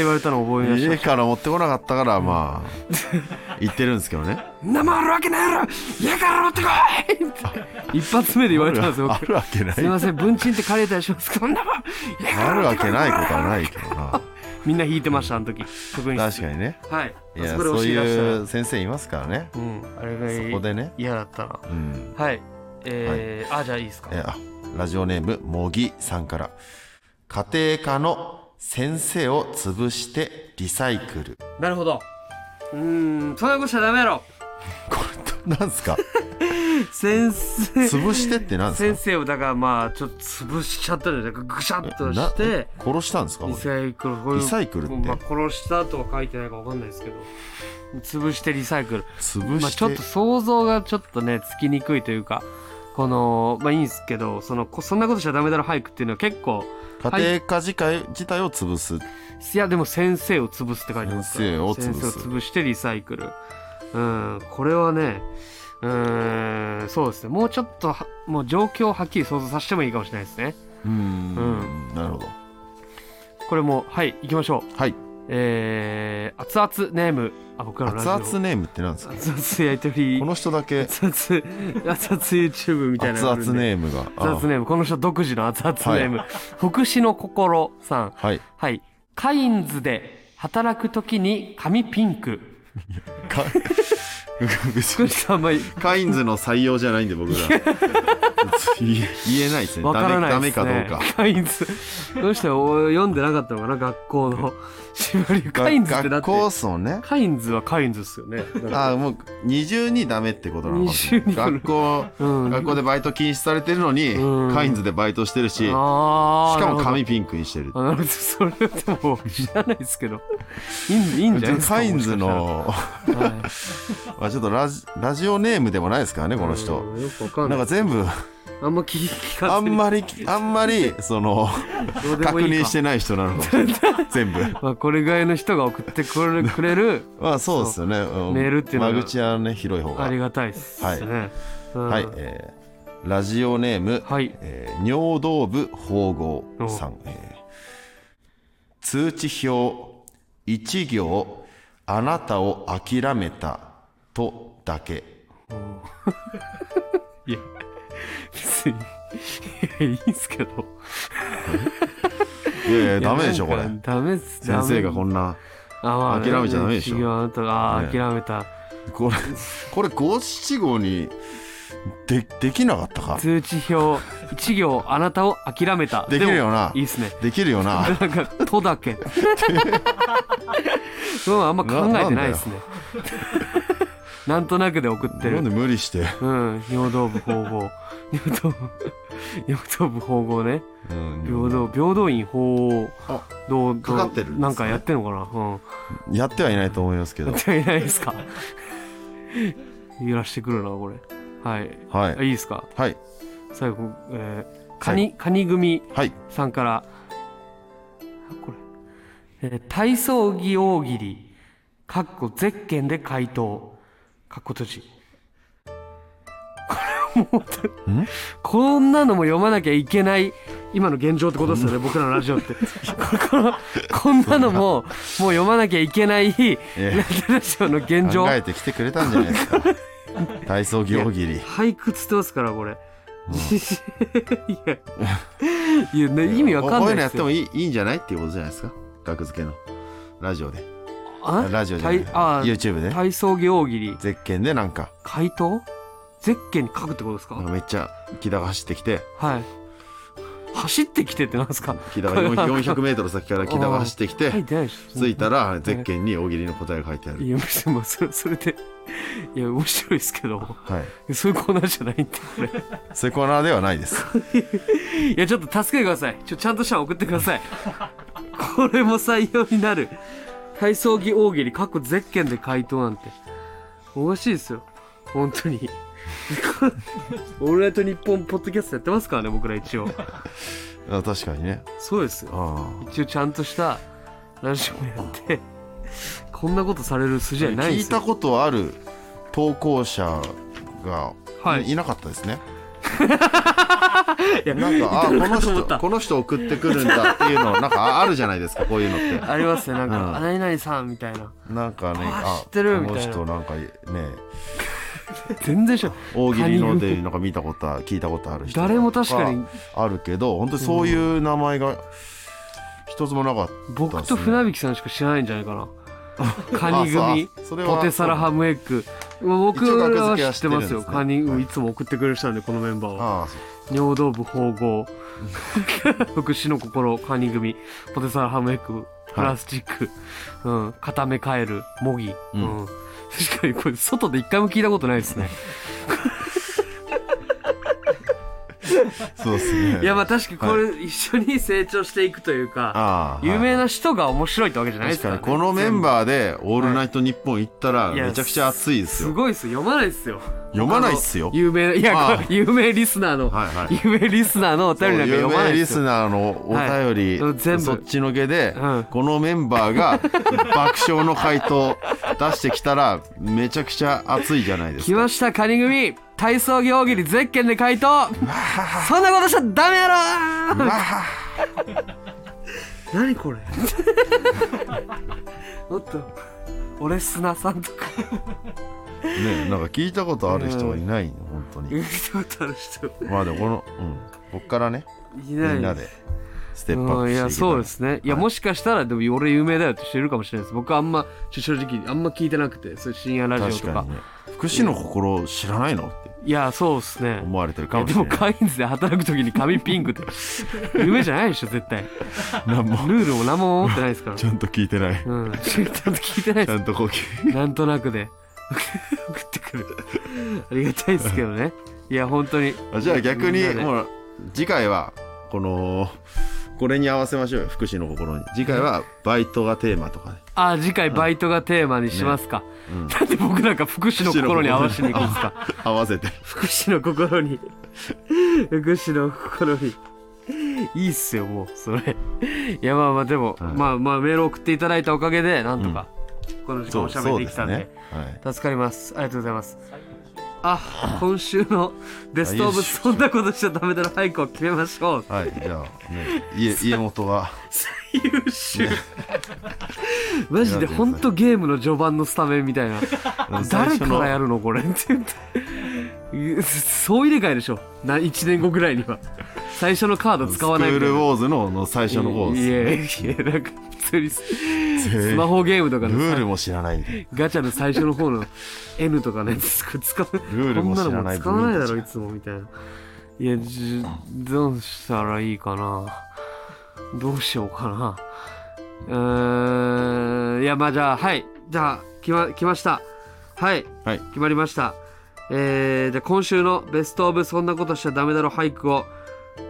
[SPEAKER 1] 言われたの覚えました
[SPEAKER 2] 家から持ってこなかったからまあ言ってるんですけ どね
[SPEAKER 1] 「生あるわけないやろ家から持ってこい!」って一発目で言われたんですよ
[SPEAKER 2] あるわけない
[SPEAKER 1] すいません、文鎮って借りたりしますかそんなもんいや
[SPEAKER 2] あるわけないことはないけどな
[SPEAKER 1] みんな引いてました、あの時。職員
[SPEAKER 2] 確
[SPEAKER 1] 室。
[SPEAKER 2] かにね
[SPEAKER 1] はい。
[SPEAKER 2] い
[SPEAKER 1] あ
[SPEAKER 2] やそ
[SPEAKER 1] こで
[SPEAKER 2] う
[SPEAKER 1] 押し出したら
[SPEAKER 2] いう先生いますからね
[SPEAKER 1] うん、あれがいい
[SPEAKER 2] そこでね
[SPEAKER 1] 嫌だったな。
[SPEAKER 2] うん
[SPEAKER 1] はい。えー、あ、じゃあいいですか。
[SPEAKER 2] えーあラジオネームもぎさんから家庭科の先生を潰してリサイクル
[SPEAKER 1] なるほどうーんそんなことしちゃダメやろ
[SPEAKER 2] これなんす か
[SPEAKER 1] 先生
[SPEAKER 2] 潰してってなんです
[SPEAKER 1] 先
[SPEAKER 2] か
[SPEAKER 1] 生をだからまあちょっと潰しちゃったりだからぐしゃっと
[SPEAKER 2] な
[SPEAKER 1] して
[SPEAKER 2] 殺したんですかこ
[SPEAKER 1] リ
[SPEAKER 2] れ
[SPEAKER 1] サイクルこういう
[SPEAKER 2] リサイクルって
[SPEAKER 1] まあ、殺したとは書いてないかわかんないですけど潰してリサイクル
[SPEAKER 2] 潰
[SPEAKER 1] まあ、
[SPEAKER 2] し
[SPEAKER 1] ちょってと想像がちょっとねつきにくいというかこのまあいいんですけどそのこそんなことしちゃダメだろ俳句っていうのは結構
[SPEAKER 2] 家庭科自体自体を潰す
[SPEAKER 1] いやでも先生を潰すって書いてますから
[SPEAKER 2] 先生を潰す
[SPEAKER 1] 先生を潰してリサイクルうんこれはねうーんそうですねもうちょっとはもう状況をはっきり想像させてもいいかもしれないですね
[SPEAKER 2] うーんなるほど
[SPEAKER 1] これもはい行きましょう
[SPEAKER 2] はい
[SPEAKER 1] えー、熱々ネームあ僕らのラジオ
[SPEAKER 2] 熱々ネームってなんですか
[SPEAKER 1] 熱々やりとり
[SPEAKER 2] この人だけ
[SPEAKER 1] 熱々熱々 YouTube みたいな
[SPEAKER 2] 熱
[SPEAKER 1] のあ
[SPEAKER 2] 々
[SPEAKER 1] るんで
[SPEAKER 2] ネームが
[SPEAKER 1] 熱々
[SPEAKER 2] あ
[SPEAKER 1] ネームこの人独自の熱々ネーム、福祉の心さん
[SPEAKER 2] はい
[SPEAKER 1] はいカインズで働くときに髪ピンク
[SPEAKER 2] か
[SPEAKER 1] 福祉さんあんまり
[SPEAKER 2] カインズの採用じゃないん で僕ら言え言えないですね
[SPEAKER 1] わからない
[SPEAKER 2] ダ
[SPEAKER 1] で
[SPEAKER 2] メ
[SPEAKER 1] す
[SPEAKER 2] ダ
[SPEAKER 1] ね
[SPEAKER 2] メかどうか
[SPEAKER 1] カインズどうしてお読んでなかったのかな学校の縛りカインズってだ
[SPEAKER 2] 学
[SPEAKER 1] って
[SPEAKER 2] 校っすもんね
[SPEAKER 1] カインズはカインズですよね
[SPEAKER 2] ああもう二重にダメってことなのかもしれな
[SPEAKER 1] 二
[SPEAKER 2] い
[SPEAKER 1] 重に
[SPEAKER 2] 学校、
[SPEAKER 1] うん
[SPEAKER 2] 学校でバイト禁止されてるのに、
[SPEAKER 1] うん
[SPEAKER 2] カインズでバイトしてるししか
[SPEAKER 1] あー
[SPEAKER 2] も
[SPEAKER 1] なるほど
[SPEAKER 2] 髪ピンクにしてる
[SPEAKER 1] あなるほどそれはでも知らないですけどいいんいいんじゃないですか
[SPEAKER 2] カインズの
[SPEAKER 1] もしかしたらはい
[SPEAKER 2] まあちょっとラジラジオネームでもないですからねこの人
[SPEAKER 1] うんよくわかん
[SPEAKER 2] な
[SPEAKER 1] なんい
[SPEAKER 2] か 全部
[SPEAKER 1] あんま聞聞か
[SPEAKER 2] あ
[SPEAKER 1] ず
[SPEAKER 2] ん
[SPEAKER 1] に
[SPEAKER 2] まりあんまりその
[SPEAKER 1] どうで
[SPEAKER 2] 確
[SPEAKER 1] もいいか
[SPEAKER 2] 認してない人なのかもしれ ない全部
[SPEAKER 1] まあ、これぐらいの人が送ってくれるくれる
[SPEAKER 2] まあそうですよねうん
[SPEAKER 1] メールっていうのが
[SPEAKER 2] 間口はね広い方が
[SPEAKER 1] ありがたいですね。
[SPEAKER 2] はい
[SPEAKER 1] うん
[SPEAKER 2] はい、えーラジオネーム、
[SPEAKER 1] はい
[SPEAKER 2] えー尿道部縫合さん、えー通知表一行あなたを諦めたとだけ
[SPEAKER 1] いや、別に、いや、いいんすけど。
[SPEAKER 2] いやいやダメでしょ
[SPEAKER 1] い
[SPEAKER 2] こ
[SPEAKER 1] や
[SPEAKER 2] れ
[SPEAKER 1] なんかダメっす
[SPEAKER 2] 先生がこんな諦めちゃダメでしょ
[SPEAKER 1] あ、まあね
[SPEAKER 2] ね
[SPEAKER 1] 諦めた。
[SPEAKER 2] これこれ五七五にでできなかったか
[SPEAKER 1] 通知表、一行、あなたを諦めた。
[SPEAKER 2] できるよな
[SPEAKER 1] でもいいっすね。
[SPEAKER 2] できるよな
[SPEAKER 1] なんか、とだ け。そうあんま考えてないですね。なんとなくで送って
[SPEAKER 2] な
[SPEAKER 1] る
[SPEAKER 2] んで。無理して、
[SPEAKER 1] うん、尿道部縫 合。尿道部、尿道部縫合ね。
[SPEAKER 2] うん
[SPEAKER 1] 平等、平等院法
[SPEAKER 2] あ
[SPEAKER 1] どう
[SPEAKER 2] かかってるんですね
[SPEAKER 1] なんかやってんのかな
[SPEAKER 2] やってはいないと思いますけ
[SPEAKER 1] うん。
[SPEAKER 2] ど
[SPEAKER 1] やっていないですか揺らしてくるな、これ。はい。
[SPEAKER 2] はい
[SPEAKER 1] あいいですか
[SPEAKER 2] はい
[SPEAKER 1] 最後、えー、カニ、カニ組
[SPEAKER 2] はい
[SPEAKER 1] さんから。これ。えー体操着大喜利、かっこゼッケンで回答、かっこ閉じ。これも
[SPEAKER 2] ん
[SPEAKER 1] う、こんなのも読まなきゃいけない、今の現状ってことですよね、僕らのラジオって。ここのこんなのも、もう読まなきゃいけない、
[SPEAKER 2] え
[SPEAKER 1] ラジオの現状
[SPEAKER 2] 考。えてきてくれたんじゃないで すか体操着大喜利
[SPEAKER 1] 俳句つってますから、これ。 いや、いや、ね、意味わかん
[SPEAKER 2] こ
[SPEAKER 1] ないい
[SPEAKER 2] う
[SPEAKER 1] う
[SPEAKER 2] のや
[SPEAKER 1] で
[SPEAKER 2] っ
[SPEAKER 1] す
[SPEAKER 2] て
[SPEAKER 1] よ
[SPEAKER 2] も。いいいいんじゃないっていうことじゃないですか額付けのラジオで
[SPEAKER 1] あ
[SPEAKER 2] ラジオじゃない
[SPEAKER 1] 体あ
[SPEAKER 2] YouTube で
[SPEAKER 1] 体操着大喜利
[SPEAKER 2] ゼッケンでなんか
[SPEAKER 1] 回答ゼッケンに書くってことですか、
[SPEAKER 2] なんかめっちゃ木田が走ってきて
[SPEAKER 1] はい走ってきてってなんですか
[SPEAKER 2] 木田 が 400m 先から木田が走ってき
[SPEAKER 1] 書い
[SPEAKER 2] て
[SPEAKER 1] てないでしょ
[SPEAKER 2] 着いたらゼッケンに大喜利の答えが書いてある
[SPEAKER 1] いや別にまあそれそれでいや面白いですけど
[SPEAKER 2] はい
[SPEAKER 1] そういうコーナーじゃないんでこれ
[SPEAKER 2] そういうコーナーではな いです
[SPEAKER 1] いやちょっと助けてくださいちょちゃんとしたの送ってくださいこれも採用になる体操着大喜利かっこゼッケンで回答なんておかしいですよ本当に オールナイトニッポンポッドキャストやってますからね僕ら一応
[SPEAKER 2] あ確かにね
[SPEAKER 1] そうですよ
[SPEAKER 2] ああ
[SPEAKER 1] 一応ちゃんとしたラジオもやってこんなことされる筋合いないん
[SPEAKER 2] 聞
[SPEAKER 1] で
[SPEAKER 2] い
[SPEAKER 1] すよ
[SPEAKER 2] たことある投稿者が
[SPEAKER 1] はい
[SPEAKER 2] いいなかったですね
[SPEAKER 1] いや
[SPEAKER 2] なんかあこ
[SPEAKER 1] いた
[SPEAKER 2] の
[SPEAKER 1] かと思
[SPEAKER 2] 人
[SPEAKER 1] った
[SPEAKER 2] この人送ってくるんだっていうのなんかあるじゃないですかこういうのって
[SPEAKER 1] ありますねなん
[SPEAKER 2] うん
[SPEAKER 1] か「何々さん」みたいな
[SPEAKER 2] なんかね、
[SPEAKER 1] あ
[SPEAKER 2] あ、
[SPEAKER 1] 知ってるみ
[SPEAKER 2] この
[SPEAKER 1] たいな
[SPEAKER 2] 人なんかね、
[SPEAKER 1] 全然知らない
[SPEAKER 2] 大喜利のでなんか見たことあ聞いたことある人。
[SPEAKER 1] 誰も確かに。
[SPEAKER 2] あるけど、本当にそういう名前が一つもなかったですね。
[SPEAKER 1] 僕と船引さんしか知らないんじゃない かなカニ組
[SPEAKER 2] あそうそれは
[SPEAKER 1] ポテサラハムエッグ僕
[SPEAKER 2] 一応
[SPEAKER 1] ら
[SPEAKER 2] 学
[SPEAKER 1] は
[SPEAKER 2] 付けは
[SPEAKER 1] 知ってます
[SPEAKER 2] 知
[SPEAKER 1] よ
[SPEAKER 2] ってる
[SPEAKER 1] カ
[SPEAKER 2] んですね
[SPEAKER 1] ニいつも送ってくる人なんでこのメンバーは
[SPEAKER 2] ああ、
[SPEAKER 1] 尿道部縫合 福祉の心カニ組ポテサラハムエッグプラスチック、うん、固めカエル模擬、う
[SPEAKER 2] うんん
[SPEAKER 1] 確かにこれ外で一回も聞いたことないですね
[SPEAKER 2] そうですね。
[SPEAKER 1] いやまあ確かにこれ一緒に成長していくというか、
[SPEAKER 2] ああ
[SPEAKER 1] 有名
[SPEAKER 2] な
[SPEAKER 1] な人が面白いってわけじゃないです
[SPEAKER 2] 確
[SPEAKER 1] か、
[SPEAKER 2] からに
[SPEAKER 1] ね、
[SPEAKER 2] このメンバーで「オールナイトニッポン」行ったら
[SPEAKER 1] いや
[SPEAKER 2] めちゃくちゃ熱いです
[SPEAKER 1] す
[SPEAKER 2] よ
[SPEAKER 1] ごいっすよ読まないっすよ
[SPEAKER 2] 読まないっすよ
[SPEAKER 1] 有名いや
[SPEAKER 2] ああ
[SPEAKER 1] これ 有名リスナーの、
[SPEAKER 2] はいはい
[SPEAKER 1] 有名リスナーのお便りなんか
[SPEAKER 2] 有
[SPEAKER 1] 読まな
[SPEAKER 2] 名
[SPEAKER 1] いっ
[SPEAKER 2] リ
[SPEAKER 1] す
[SPEAKER 2] ス
[SPEAKER 1] よ
[SPEAKER 2] ナーのお便り、
[SPEAKER 1] はい全部
[SPEAKER 2] そっちのけで、
[SPEAKER 1] うん
[SPEAKER 2] このメンバーが爆笑の回答出してきたらめちゃくちゃ熱いじゃないです
[SPEAKER 1] 来
[SPEAKER 2] か
[SPEAKER 1] ましたカニ組体操着大喜利ゼッケンで回答そんなことしちゃダメやろ
[SPEAKER 2] うわは
[SPEAKER 1] 何これおっと俺砂さんとか
[SPEAKER 2] ねえなんか聞いたことある人はいないの本当
[SPEAKER 1] 言う
[SPEAKER 2] に
[SPEAKER 1] ことある人
[SPEAKER 2] まあでもこの、うん、こっからね
[SPEAKER 1] い
[SPEAKER 2] み
[SPEAKER 1] ない
[SPEAKER 2] んなでステップアッ
[SPEAKER 1] う
[SPEAKER 2] プ
[SPEAKER 1] んい
[SPEAKER 2] していけたら
[SPEAKER 1] やそうですね、い、やもしかしたらでも俺有名だよって人いるかもしれないです僕あんまちょ正直あんま聞いてなくてそういう深夜ラジオ
[SPEAKER 2] 確
[SPEAKER 1] と
[SPEAKER 2] か
[SPEAKER 1] か
[SPEAKER 2] にね福祉の心を知らないのって
[SPEAKER 1] いやそうですね
[SPEAKER 2] 思われてる
[SPEAKER 1] い
[SPEAKER 2] か
[SPEAKER 1] や
[SPEAKER 2] もし
[SPEAKER 1] で
[SPEAKER 2] れ
[SPEAKER 1] も
[SPEAKER 2] ない
[SPEAKER 1] カインズで働く時に髪ピンクって夢じゃないでしょ絶対
[SPEAKER 2] なんも
[SPEAKER 1] ルールも何も守ってないですから
[SPEAKER 2] ちゃんと聞いてない
[SPEAKER 1] うんちゃんと聞いてない
[SPEAKER 2] ち
[SPEAKER 1] で
[SPEAKER 2] ゃんとこう聞
[SPEAKER 1] すなんとなくで送ってくるありがたいですけどねいや本当に
[SPEAKER 2] あじゃあ逆に
[SPEAKER 1] みんなで
[SPEAKER 2] もう次回はこのこれに合わせましょうよ福祉の心に次回はバイトがテーマとかね、
[SPEAKER 1] あ次回バイトがテーマにしますか、
[SPEAKER 2] うん、
[SPEAKER 1] なんで僕なんか福祉の心に合わせに行くんですか
[SPEAKER 2] 合わせて
[SPEAKER 1] 福祉の心に福祉の心にいいっすよもうそれいやまあまあでも、
[SPEAKER 2] はい
[SPEAKER 1] まあまあメール送っていただいたおかげでなんとか、この時間をしゃべってきたんで
[SPEAKER 2] はい
[SPEAKER 1] 助かりますありがとうございますあ今週のベストオブ
[SPEAKER 2] あ
[SPEAKER 1] そんなことしちゃダメだの俳句を決めましょう
[SPEAKER 2] はい、じゃあ、ね、 家家元が
[SPEAKER 1] 最優秀 マジでほんとゲームの序盤のスタメンみたいな誰からやるのこれって言ってそう入れ替えでしょな1年後ぐらいには最初のカード使わない
[SPEAKER 2] ス
[SPEAKER 1] みた
[SPEAKER 2] クー
[SPEAKER 1] い
[SPEAKER 2] ルウ
[SPEAKER 1] な
[SPEAKER 2] ォーズのの最初の方
[SPEAKER 1] い
[SPEAKER 2] です
[SPEAKER 1] や
[SPEAKER 2] ね
[SPEAKER 1] いやなんか普通にス
[SPEAKER 2] 全員
[SPEAKER 1] マホゲームとか
[SPEAKER 2] ル
[SPEAKER 1] の
[SPEAKER 2] ールも知らないみたい
[SPEAKER 1] ガチャの最初の方の N とかね使う
[SPEAKER 2] ルール
[SPEAKER 1] こん
[SPEAKER 2] も
[SPEAKER 1] な
[SPEAKER 2] 知
[SPEAKER 1] の
[SPEAKER 2] ら
[SPEAKER 1] も
[SPEAKER 2] な
[SPEAKER 1] う
[SPEAKER 2] い
[SPEAKER 1] 使わないだろいつもみたいないやじどうしたらいいかなどうしようかなうーんいやまあじゃあはいじゃあ来ま来ましたはい
[SPEAKER 2] はい
[SPEAKER 1] 決まりましたえー、じゃあ今週のベストオブそんなことしちゃダメだろ俳句を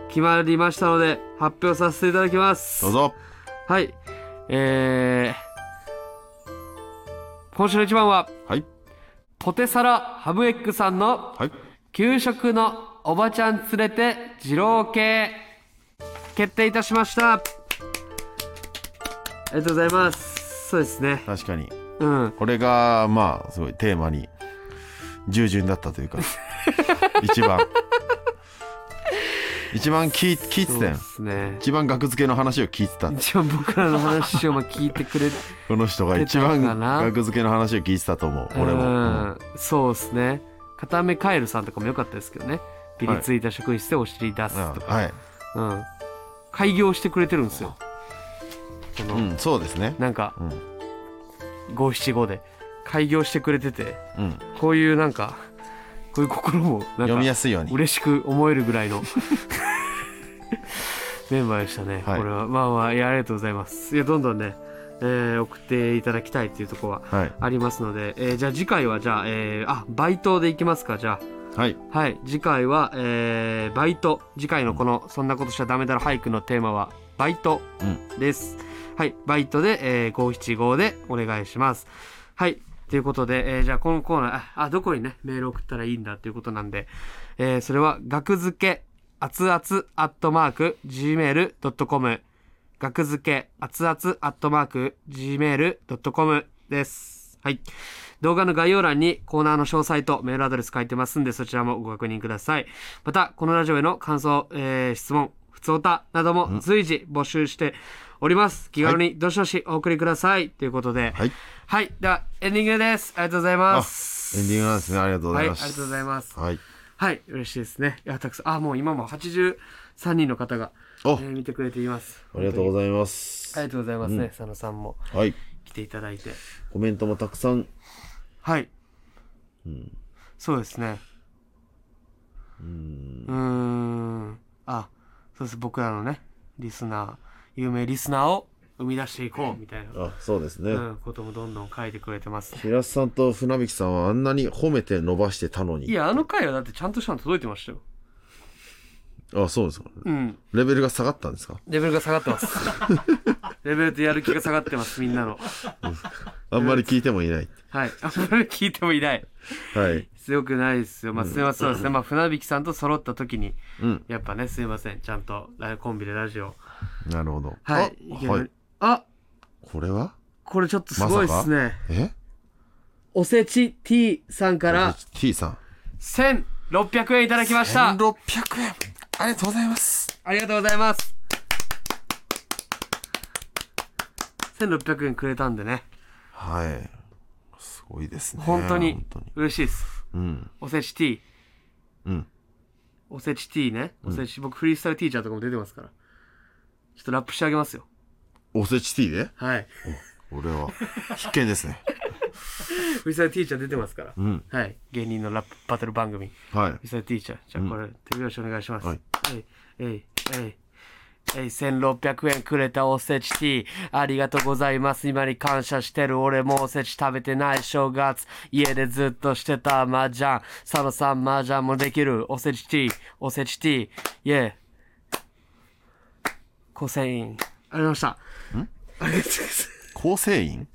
[SPEAKER 1] 決まりましたので発表させていただきます
[SPEAKER 2] どうぞ
[SPEAKER 1] はいえー、今週の一番は
[SPEAKER 2] はい
[SPEAKER 1] ポテサラハムエッグさんの
[SPEAKER 2] はい
[SPEAKER 1] 給食のおばちゃん連れて二郎系決定いたしましたありがとうございますそうですね
[SPEAKER 2] 確かに
[SPEAKER 1] うん
[SPEAKER 2] これがまあすごいテーマに従順だったというか 一番一番聞い聞いて
[SPEAKER 1] そう
[SPEAKER 2] たよ
[SPEAKER 1] ですね
[SPEAKER 2] 一番額付けの話を聞いてた
[SPEAKER 1] 一番僕らの話をまあ聞いてくれ て
[SPEAKER 2] この人が一
[SPEAKER 1] 聞い
[SPEAKER 2] 番
[SPEAKER 1] てたかな
[SPEAKER 2] 額付けの話を聞いてたと思う俺
[SPEAKER 1] う
[SPEAKER 2] も、
[SPEAKER 1] んそうですね片目カエルさんとかも良かったですけどねピリついた職員室でお尻出す
[SPEAKER 2] うん
[SPEAKER 1] とか、
[SPEAKER 2] はい、
[SPEAKER 1] うん開業してくれてるんですよその、
[SPEAKER 2] うん、そうですね
[SPEAKER 1] なんか
[SPEAKER 2] うん
[SPEAKER 1] 五七五で開業してくれてて
[SPEAKER 2] うん
[SPEAKER 1] こういうなんかこういう心もなん
[SPEAKER 2] 読みや
[SPEAKER 1] か
[SPEAKER 2] すいように
[SPEAKER 1] 嬉しく思えるぐらい のメンバーでしたね、
[SPEAKER 2] はい
[SPEAKER 1] これはまあまあいやありがとうございますいやどんどんね、えー送っていただきたいっていうところは
[SPEAKER 2] はい
[SPEAKER 1] ありますので、えーじゃあ次回はじゃあ、えーあバイトでいきますかじゃ
[SPEAKER 2] はい
[SPEAKER 1] あはい次回は、えーバイト次回のこの「そんなことしちゃダメだろ俳句」のテーマは「バイト」
[SPEAKER 2] うん
[SPEAKER 1] です。はい、バイトで、えー、575でお願いします。はい、ということで、えーじゃあこのコーナー、あ、あどこにね、メール送ったらいいんだということなんで、えーそれは、学付け、熱々、アットマーク、gmail.com、学付け、熱々、アットマーク、gmail.com です。はい。動画の概要欄にコーナーの詳細とメールアドレス書いてますんで、そちらもご確認ください。また、このラジオへの感想、えー質問、ふつおたなども随時募集しております。気軽にどしどしお送りください。ということで、
[SPEAKER 2] はい
[SPEAKER 1] はい。では、エンディングです。ありがとうございます。
[SPEAKER 2] エンディングなんですねありがとうご
[SPEAKER 1] は
[SPEAKER 2] ざ
[SPEAKER 1] い、
[SPEAKER 2] い
[SPEAKER 1] あり
[SPEAKER 2] ま
[SPEAKER 1] が
[SPEAKER 2] す、
[SPEAKER 1] とうございます。
[SPEAKER 2] はい
[SPEAKER 1] はい、嬉しいですね。いや、たくさん、あ、もう今も83人の方が、え
[SPEAKER 2] お
[SPEAKER 1] ー見てくれています。
[SPEAKER 2] ありがと
[SPEAKER 1] い
[SPEAKER 2] うございま
[SPEAKER 1] あり
[SPEAKER 2] す
[SPEAKER 1] がとうございますね、佐野さんも
[SPEAKER 2] はい
[SPEAKER 1] 来ていただいて。
[SPEAKER 2] コメントもたくさん
[SPEAKER 1] はい。そうですね。
[SPEAKER 2] うん
[SPEAKER 1] うーんあそうです僕らのねリスナー有名リスナーを生み出していこうみたいな、
[SPEAKER 2] あそうですね、
[SPEAKER 1] うん、こともどんどん書いてくれてます
[SPEAKER 2] 平瀬さんと船引さんはあんなに褒めて伸ばしてたのに
[SPEAKER 1] いやあの回はだってちゃんとしたの届いてましたよ
[SPEAKER 2] あそうですか
[SPEAKER 1] うん
[SPEAKER 2] レベルが下がったんですか
[SPEAKER 1] レベルが下がって ますレベルとやる気が下がってますみんなの
[SPEAKER 2] あんまり聞いてもいない
[SPEAKER 1] はいあんまり聞いてもいない
[SPEAKER 2] はい
[SPEAKER 1] 強くないですよまあすいませんそうですね、まあ船引さんと揃った時に
[SPEAKER 2] うん
[SPEAKER 1] やっぱねすいませんちゃんとラコンビでラジオ
[SPEAKER 2] なるほど
[SPEAKER 1] はいいけ
[SPEAKER 2] あ
[SPEAKER 1] る
[SPEAKER 2] はい
[SPEAKER 1] あ
[SPEAKER 2] これは
[SPEAKER 1] これちょっとすごいですね、
[SPEAKER 2] え
[SPEAKER 1] おせち T さんから
[SPEAKER 2] T さん
[SPEAKER 1] 1600円いただきました
[SPEAKER 2] 1600円ありがとうございます
[SPEAKER 1] ありがとうございます1600円くれたんでね
[SPEAKER 2] はいすごいですね
[SPEAKER 1] 本当に
[SPEAKER 2] 本当に
[SPEAKER 1] 嬉しいです
[SPEAKER 2] うん
[SPEAKER 1] おせち T
[SPEAKER 2] うん
[SPEAKER 1] おせち T ねおせち、僕フリースタイルティーチャーとかも出てますからちょっとラップしてあげますよ
[SPEAKER 2] おせち T で
[SPEAKER 1] はい
[SPEAKER 2] 俺は必見ですね
[SPEAKER 1] フリースタイルティーチャー出てますから、
[SPEAKER 2] うん
[SPEAKER 1] はい芸人のラップバトル番組
[SPEAKER 2] はい
[SPEAKER 1] ミサティーチャー。じゃあこれ、手拍子お願いします。
[SPEAKER 2] は
[SPEAKER 1] はいい。えい、えい、えい。えい、1600円くれたおせちティー。ありがとうございます。今に感謝してる。俺もおせち食べてない正月。家でずっとしてた麻雀。佐野さん麻雀もできる。おせちティー。おせちティー。イェー。コセイン。ありがとうございました。んありがとうございます。
[SPEAKER 2] 構成員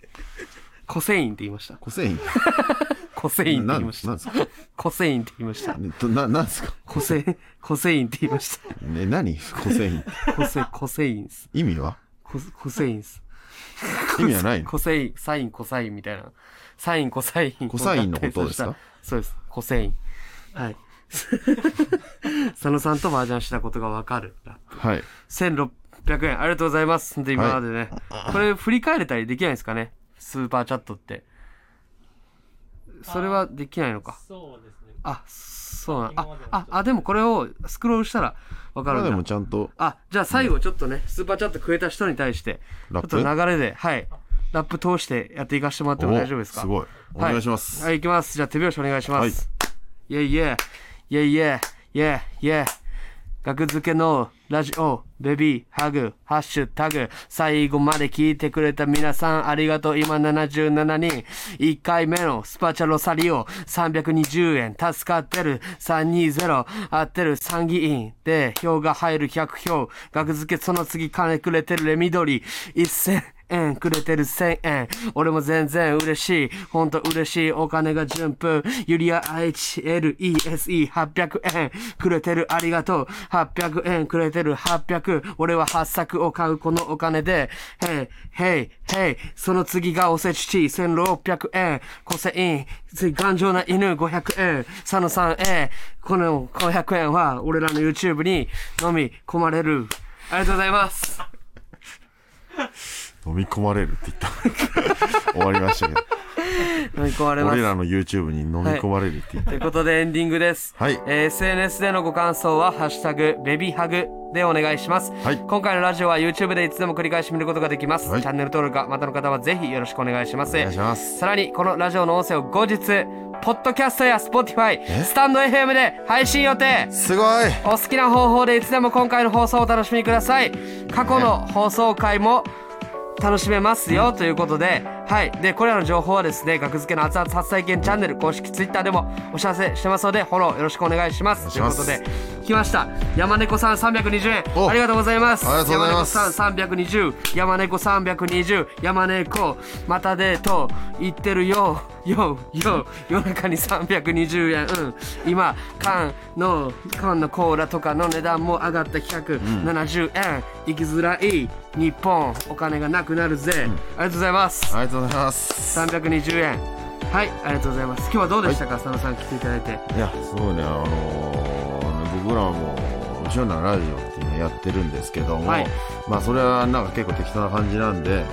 [SPEAKER 1] コセインって言いました。
[SPEAKER 2] 構成員
[SPEAKER 1] コセインって
[SPEAKER 2] な
[SPEAKER 1] 言い
[SPEAKER 2] ん
[SPEAKER 1] ま
[SPEAKER 2] です
[SPEAKER 1] した。
[SPEAKER 2] か
[SPEAKER 1] コセインって言いました。
[SPEAKER 2] ななんですか
[SPEAKER 1] コセイン、コセインって言いました。
[SPEAKER 2] ね何構成員
[SPEAKER 1] コセ、コセインっす。
[SPEAKER 2] 意味は
[SPEAKER 1] コスコセインス。
[SPEAKER 2] 意味はないの
[SPEAKER 1] コセイン、サイン、コサインみたいな。サイン、コサイン。
[SPEAKER 2] コサインのことですか
[SPEAKER 1] そうです。コセイン。はい。 佐野さんと麻雀したことがわかる。
[SPEAKER 2] はい
[SPEAKER 1] 1600円、ありがとうございます。本当に今までね。これ、振り返れたりできないですかねスーパーチャットって。それはできないのか。
[SPEAKER 3] そうですね。
[SPEAKER 1] あ、そうなん
[SPEAKER 3] 今ま
[SPEAKER 1] あ
[SPEAKER 3] での、
[SPEAKER 1] あ、あ、でもこれをスクロールしたらわかる
[SPEAKER 2] まあ
[SPEAKER 1] ん
[SPEAKER 2] で
[SPEAKER 1] だ
[SPEAKER 2] も。ちゃんと
[SPEAKER 1] あ、じゃあ最後ちょっとね、スーパーチャットくれた人に対して、ちょ
[SPEAKER 2] ラ
[SPEAKER 1] っ
[SPEAKER 2] ッ
[SPEAKER 1] と
[SPEAKER 2] プ
[SPEAKER 1] 流れで、はい、ラップ通してやっていかせてもらっても大丈夫ですか
[SPEAKER 2] おすごいお願いします
[SPEAKER 1] はい、はい、いきます。じゃあ手拍子お願いします。イェイイェイ、イェイイェイ、イェイイェイ。学付けのラジオ、ベビー、ハグ、ハッシュタグ、最後まで聞いてくれた皆さんありがとう。今77人。1回目のスパチャロサリオ、320円。助かってる。320。合ってる。参議院。で、票が入る100票。学付けその次金くれてるレミドリ。1000。円くれてる1000円俺も全然嬉しいほんと嬉しいお金が順風ユリア HLESE800 円くれてるありがとう800円くれてる800俺は8作を買うこのお金で Hey Hey Hey その次がおせちち1600円コセイン次頑丈な犬500円佐野さんへこの500円は俺らの YouTube に飲み込まれるありがとうございます
[SPEAKER 2] 飲み込まれるって言っ た終わりましたけど
[SPEAKER 1] 飲み込まれます
[SPEAKER 2] 俺らの YouTube に飲み込まれるって言った、
[SPEAKER 1] ということでエンディングです。
[SPEAKER 2] はい
[SPEAKER 1] えー SNS でのご感想は、ハッシュタグ、ベビハグでお願いします。
[SPEAKER 2] はい
[SPEAKER 1] 今回のラジオは YouTube でいつでも繰り返し見ることができます。
[SPEAKER 2] はい
[SPEAKER 1] チャンネル登録がまたの方はぜひよろしくお願いします。
[SPEAKER 2] お願いします
[SPEAKER 1] さらに、このラジオの音声を後日、ポッドキャストや Spotify、スタンド FM で配信予定。
[SPEAKER 2] すごい
[SPEAKER 1] お好きな方法でいつでも今回の放送をお楽しみください過去の放送回も楽しめますよということで、はいでこれらの情報はですね学付けの熱々発災見チャンネル公式 Twitter でもお知らせしてますのでフォローよろしくお願いします
[SPEAKER 2] お願いします
[SPEAKER 1] ということで来ました山猫さん320
[SPEAKER 2] お
[SPEAKER 1] 円ありがとうございます
[SPEAKER 2] ありがとうございます
[SPEAKER 1] 山猫さん320山猫320山猫またデート行ってるよよよ夜中に320円うん今缶の缶のコーラとかの値段も上がった170円、行きづらい日本お金がなくなるぜ、ありがとうございます
[SPEAKER 2] ありがとうございます
[SPEAKER 1] 320円はいありがとうございます今日はどうでしたか、佐野さん来ていただいて
[SPEAKER 2] いやすごいねあのー僕らはもう「後ろなラジオ」っていうのをやってるんですけども、
[SPEAKER 1] はい
[SPEAKER 2] まあそれはなんか結構適当な感じなんで、
[SPEAKER 1] はい
[SPEAKER 2] ちょっ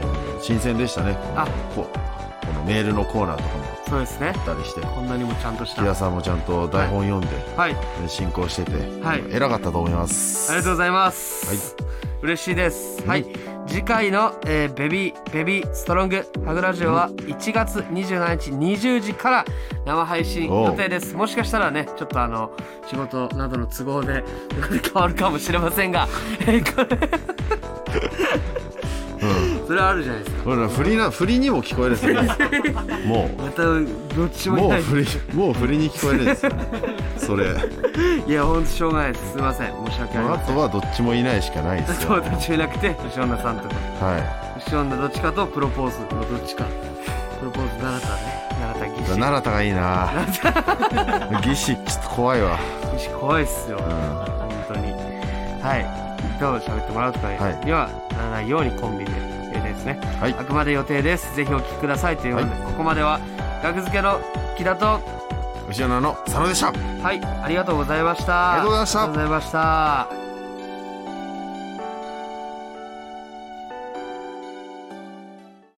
[SPEAKER 2] とこういう新鮮でしたね
[SPEAKER 1] あ
[SPEAKER 2] こうこのメールのコーナーとかもや
[SPEAKER 1] そうですね
[SPEAKER 2] ったりして
[SPEAKER 1] こんなにもちゃんとした
[SPEAKER 2] 木田さんもちゃんと台本読んで、
[SPEAKER 1] はい
[SPEAKER 2] 進行してて、
[SPEAKER 1] はい
[SPEAKER 2] 偉かったと思います
[SPEAKER 1] ありがとうございます。
[SPEAKER 2] はい
[SPEAKER 1] 嬉しいです。はい。次回の、えーベビーベビーストロングハグラジオは1月27日20時から生配信予定ですもしかしたらねちょっとあの仕事などの都合で変わるかもしれませんがえーこれ
[SPEAKER 2] うん
[SPEAKER 1] それはあるじゃないですか
[SPEAKER 2] 俺ら振りな振りにも聞こえるんですよ ねも
[SPEAKER 1] またどっち
[SPEAKER 2] う
[SPEAKER 1] も
[SPEAKER 2] も
[SPEAKER 1] 痛
[SPEAKER 2] う
[SPEAKER 1] い
[SPEAKER 2] 振りもう振りに聞こえるんですよねそれ
[SPEAKER 1] いやほんとしょうがないですすいません申し訳あり
[SPEAKER 2] あ
[SPEAKER 1] ません
[SPEAKER 2] とはどっちもいないしかないです
[SPEAKER 1] そ
[SPEAKER 2] よ
[SPEAKER 1] う途中なくて牛女さんとか
[SPEAKER 2] は
[SPEAKER 1] 牛女どっちかとプロポーズのどっちかプロポーズ奈良田ね奈良田
[SPEAKER 2] い
[SPEAKER 1] 義士
[SPEAKER 2] 奈良田がいいな義士ちょっと怖いわ、
[SPEAKER 1] 義士怖いっすよ
[SPEAKER 2] うん、は
[SPEAKER 1] 本当にはいどう喋ってもらうとか
[SPEAKER 2] はい
[SPEAKER 1] にはならないようにコンビで予定ですね、
[SPEAKER 2] はい
[SPEAKER 1] あくまで予定ですぜひお聞きくださいということで、ここまでは学付けの木田と
[SPEAKER 2] い後ろの佐野でした
[SPEAKER 1] はいありがとうございました
[SPEAKER 2] ありがとうございました
[SPEAKER 1] ありがとうございました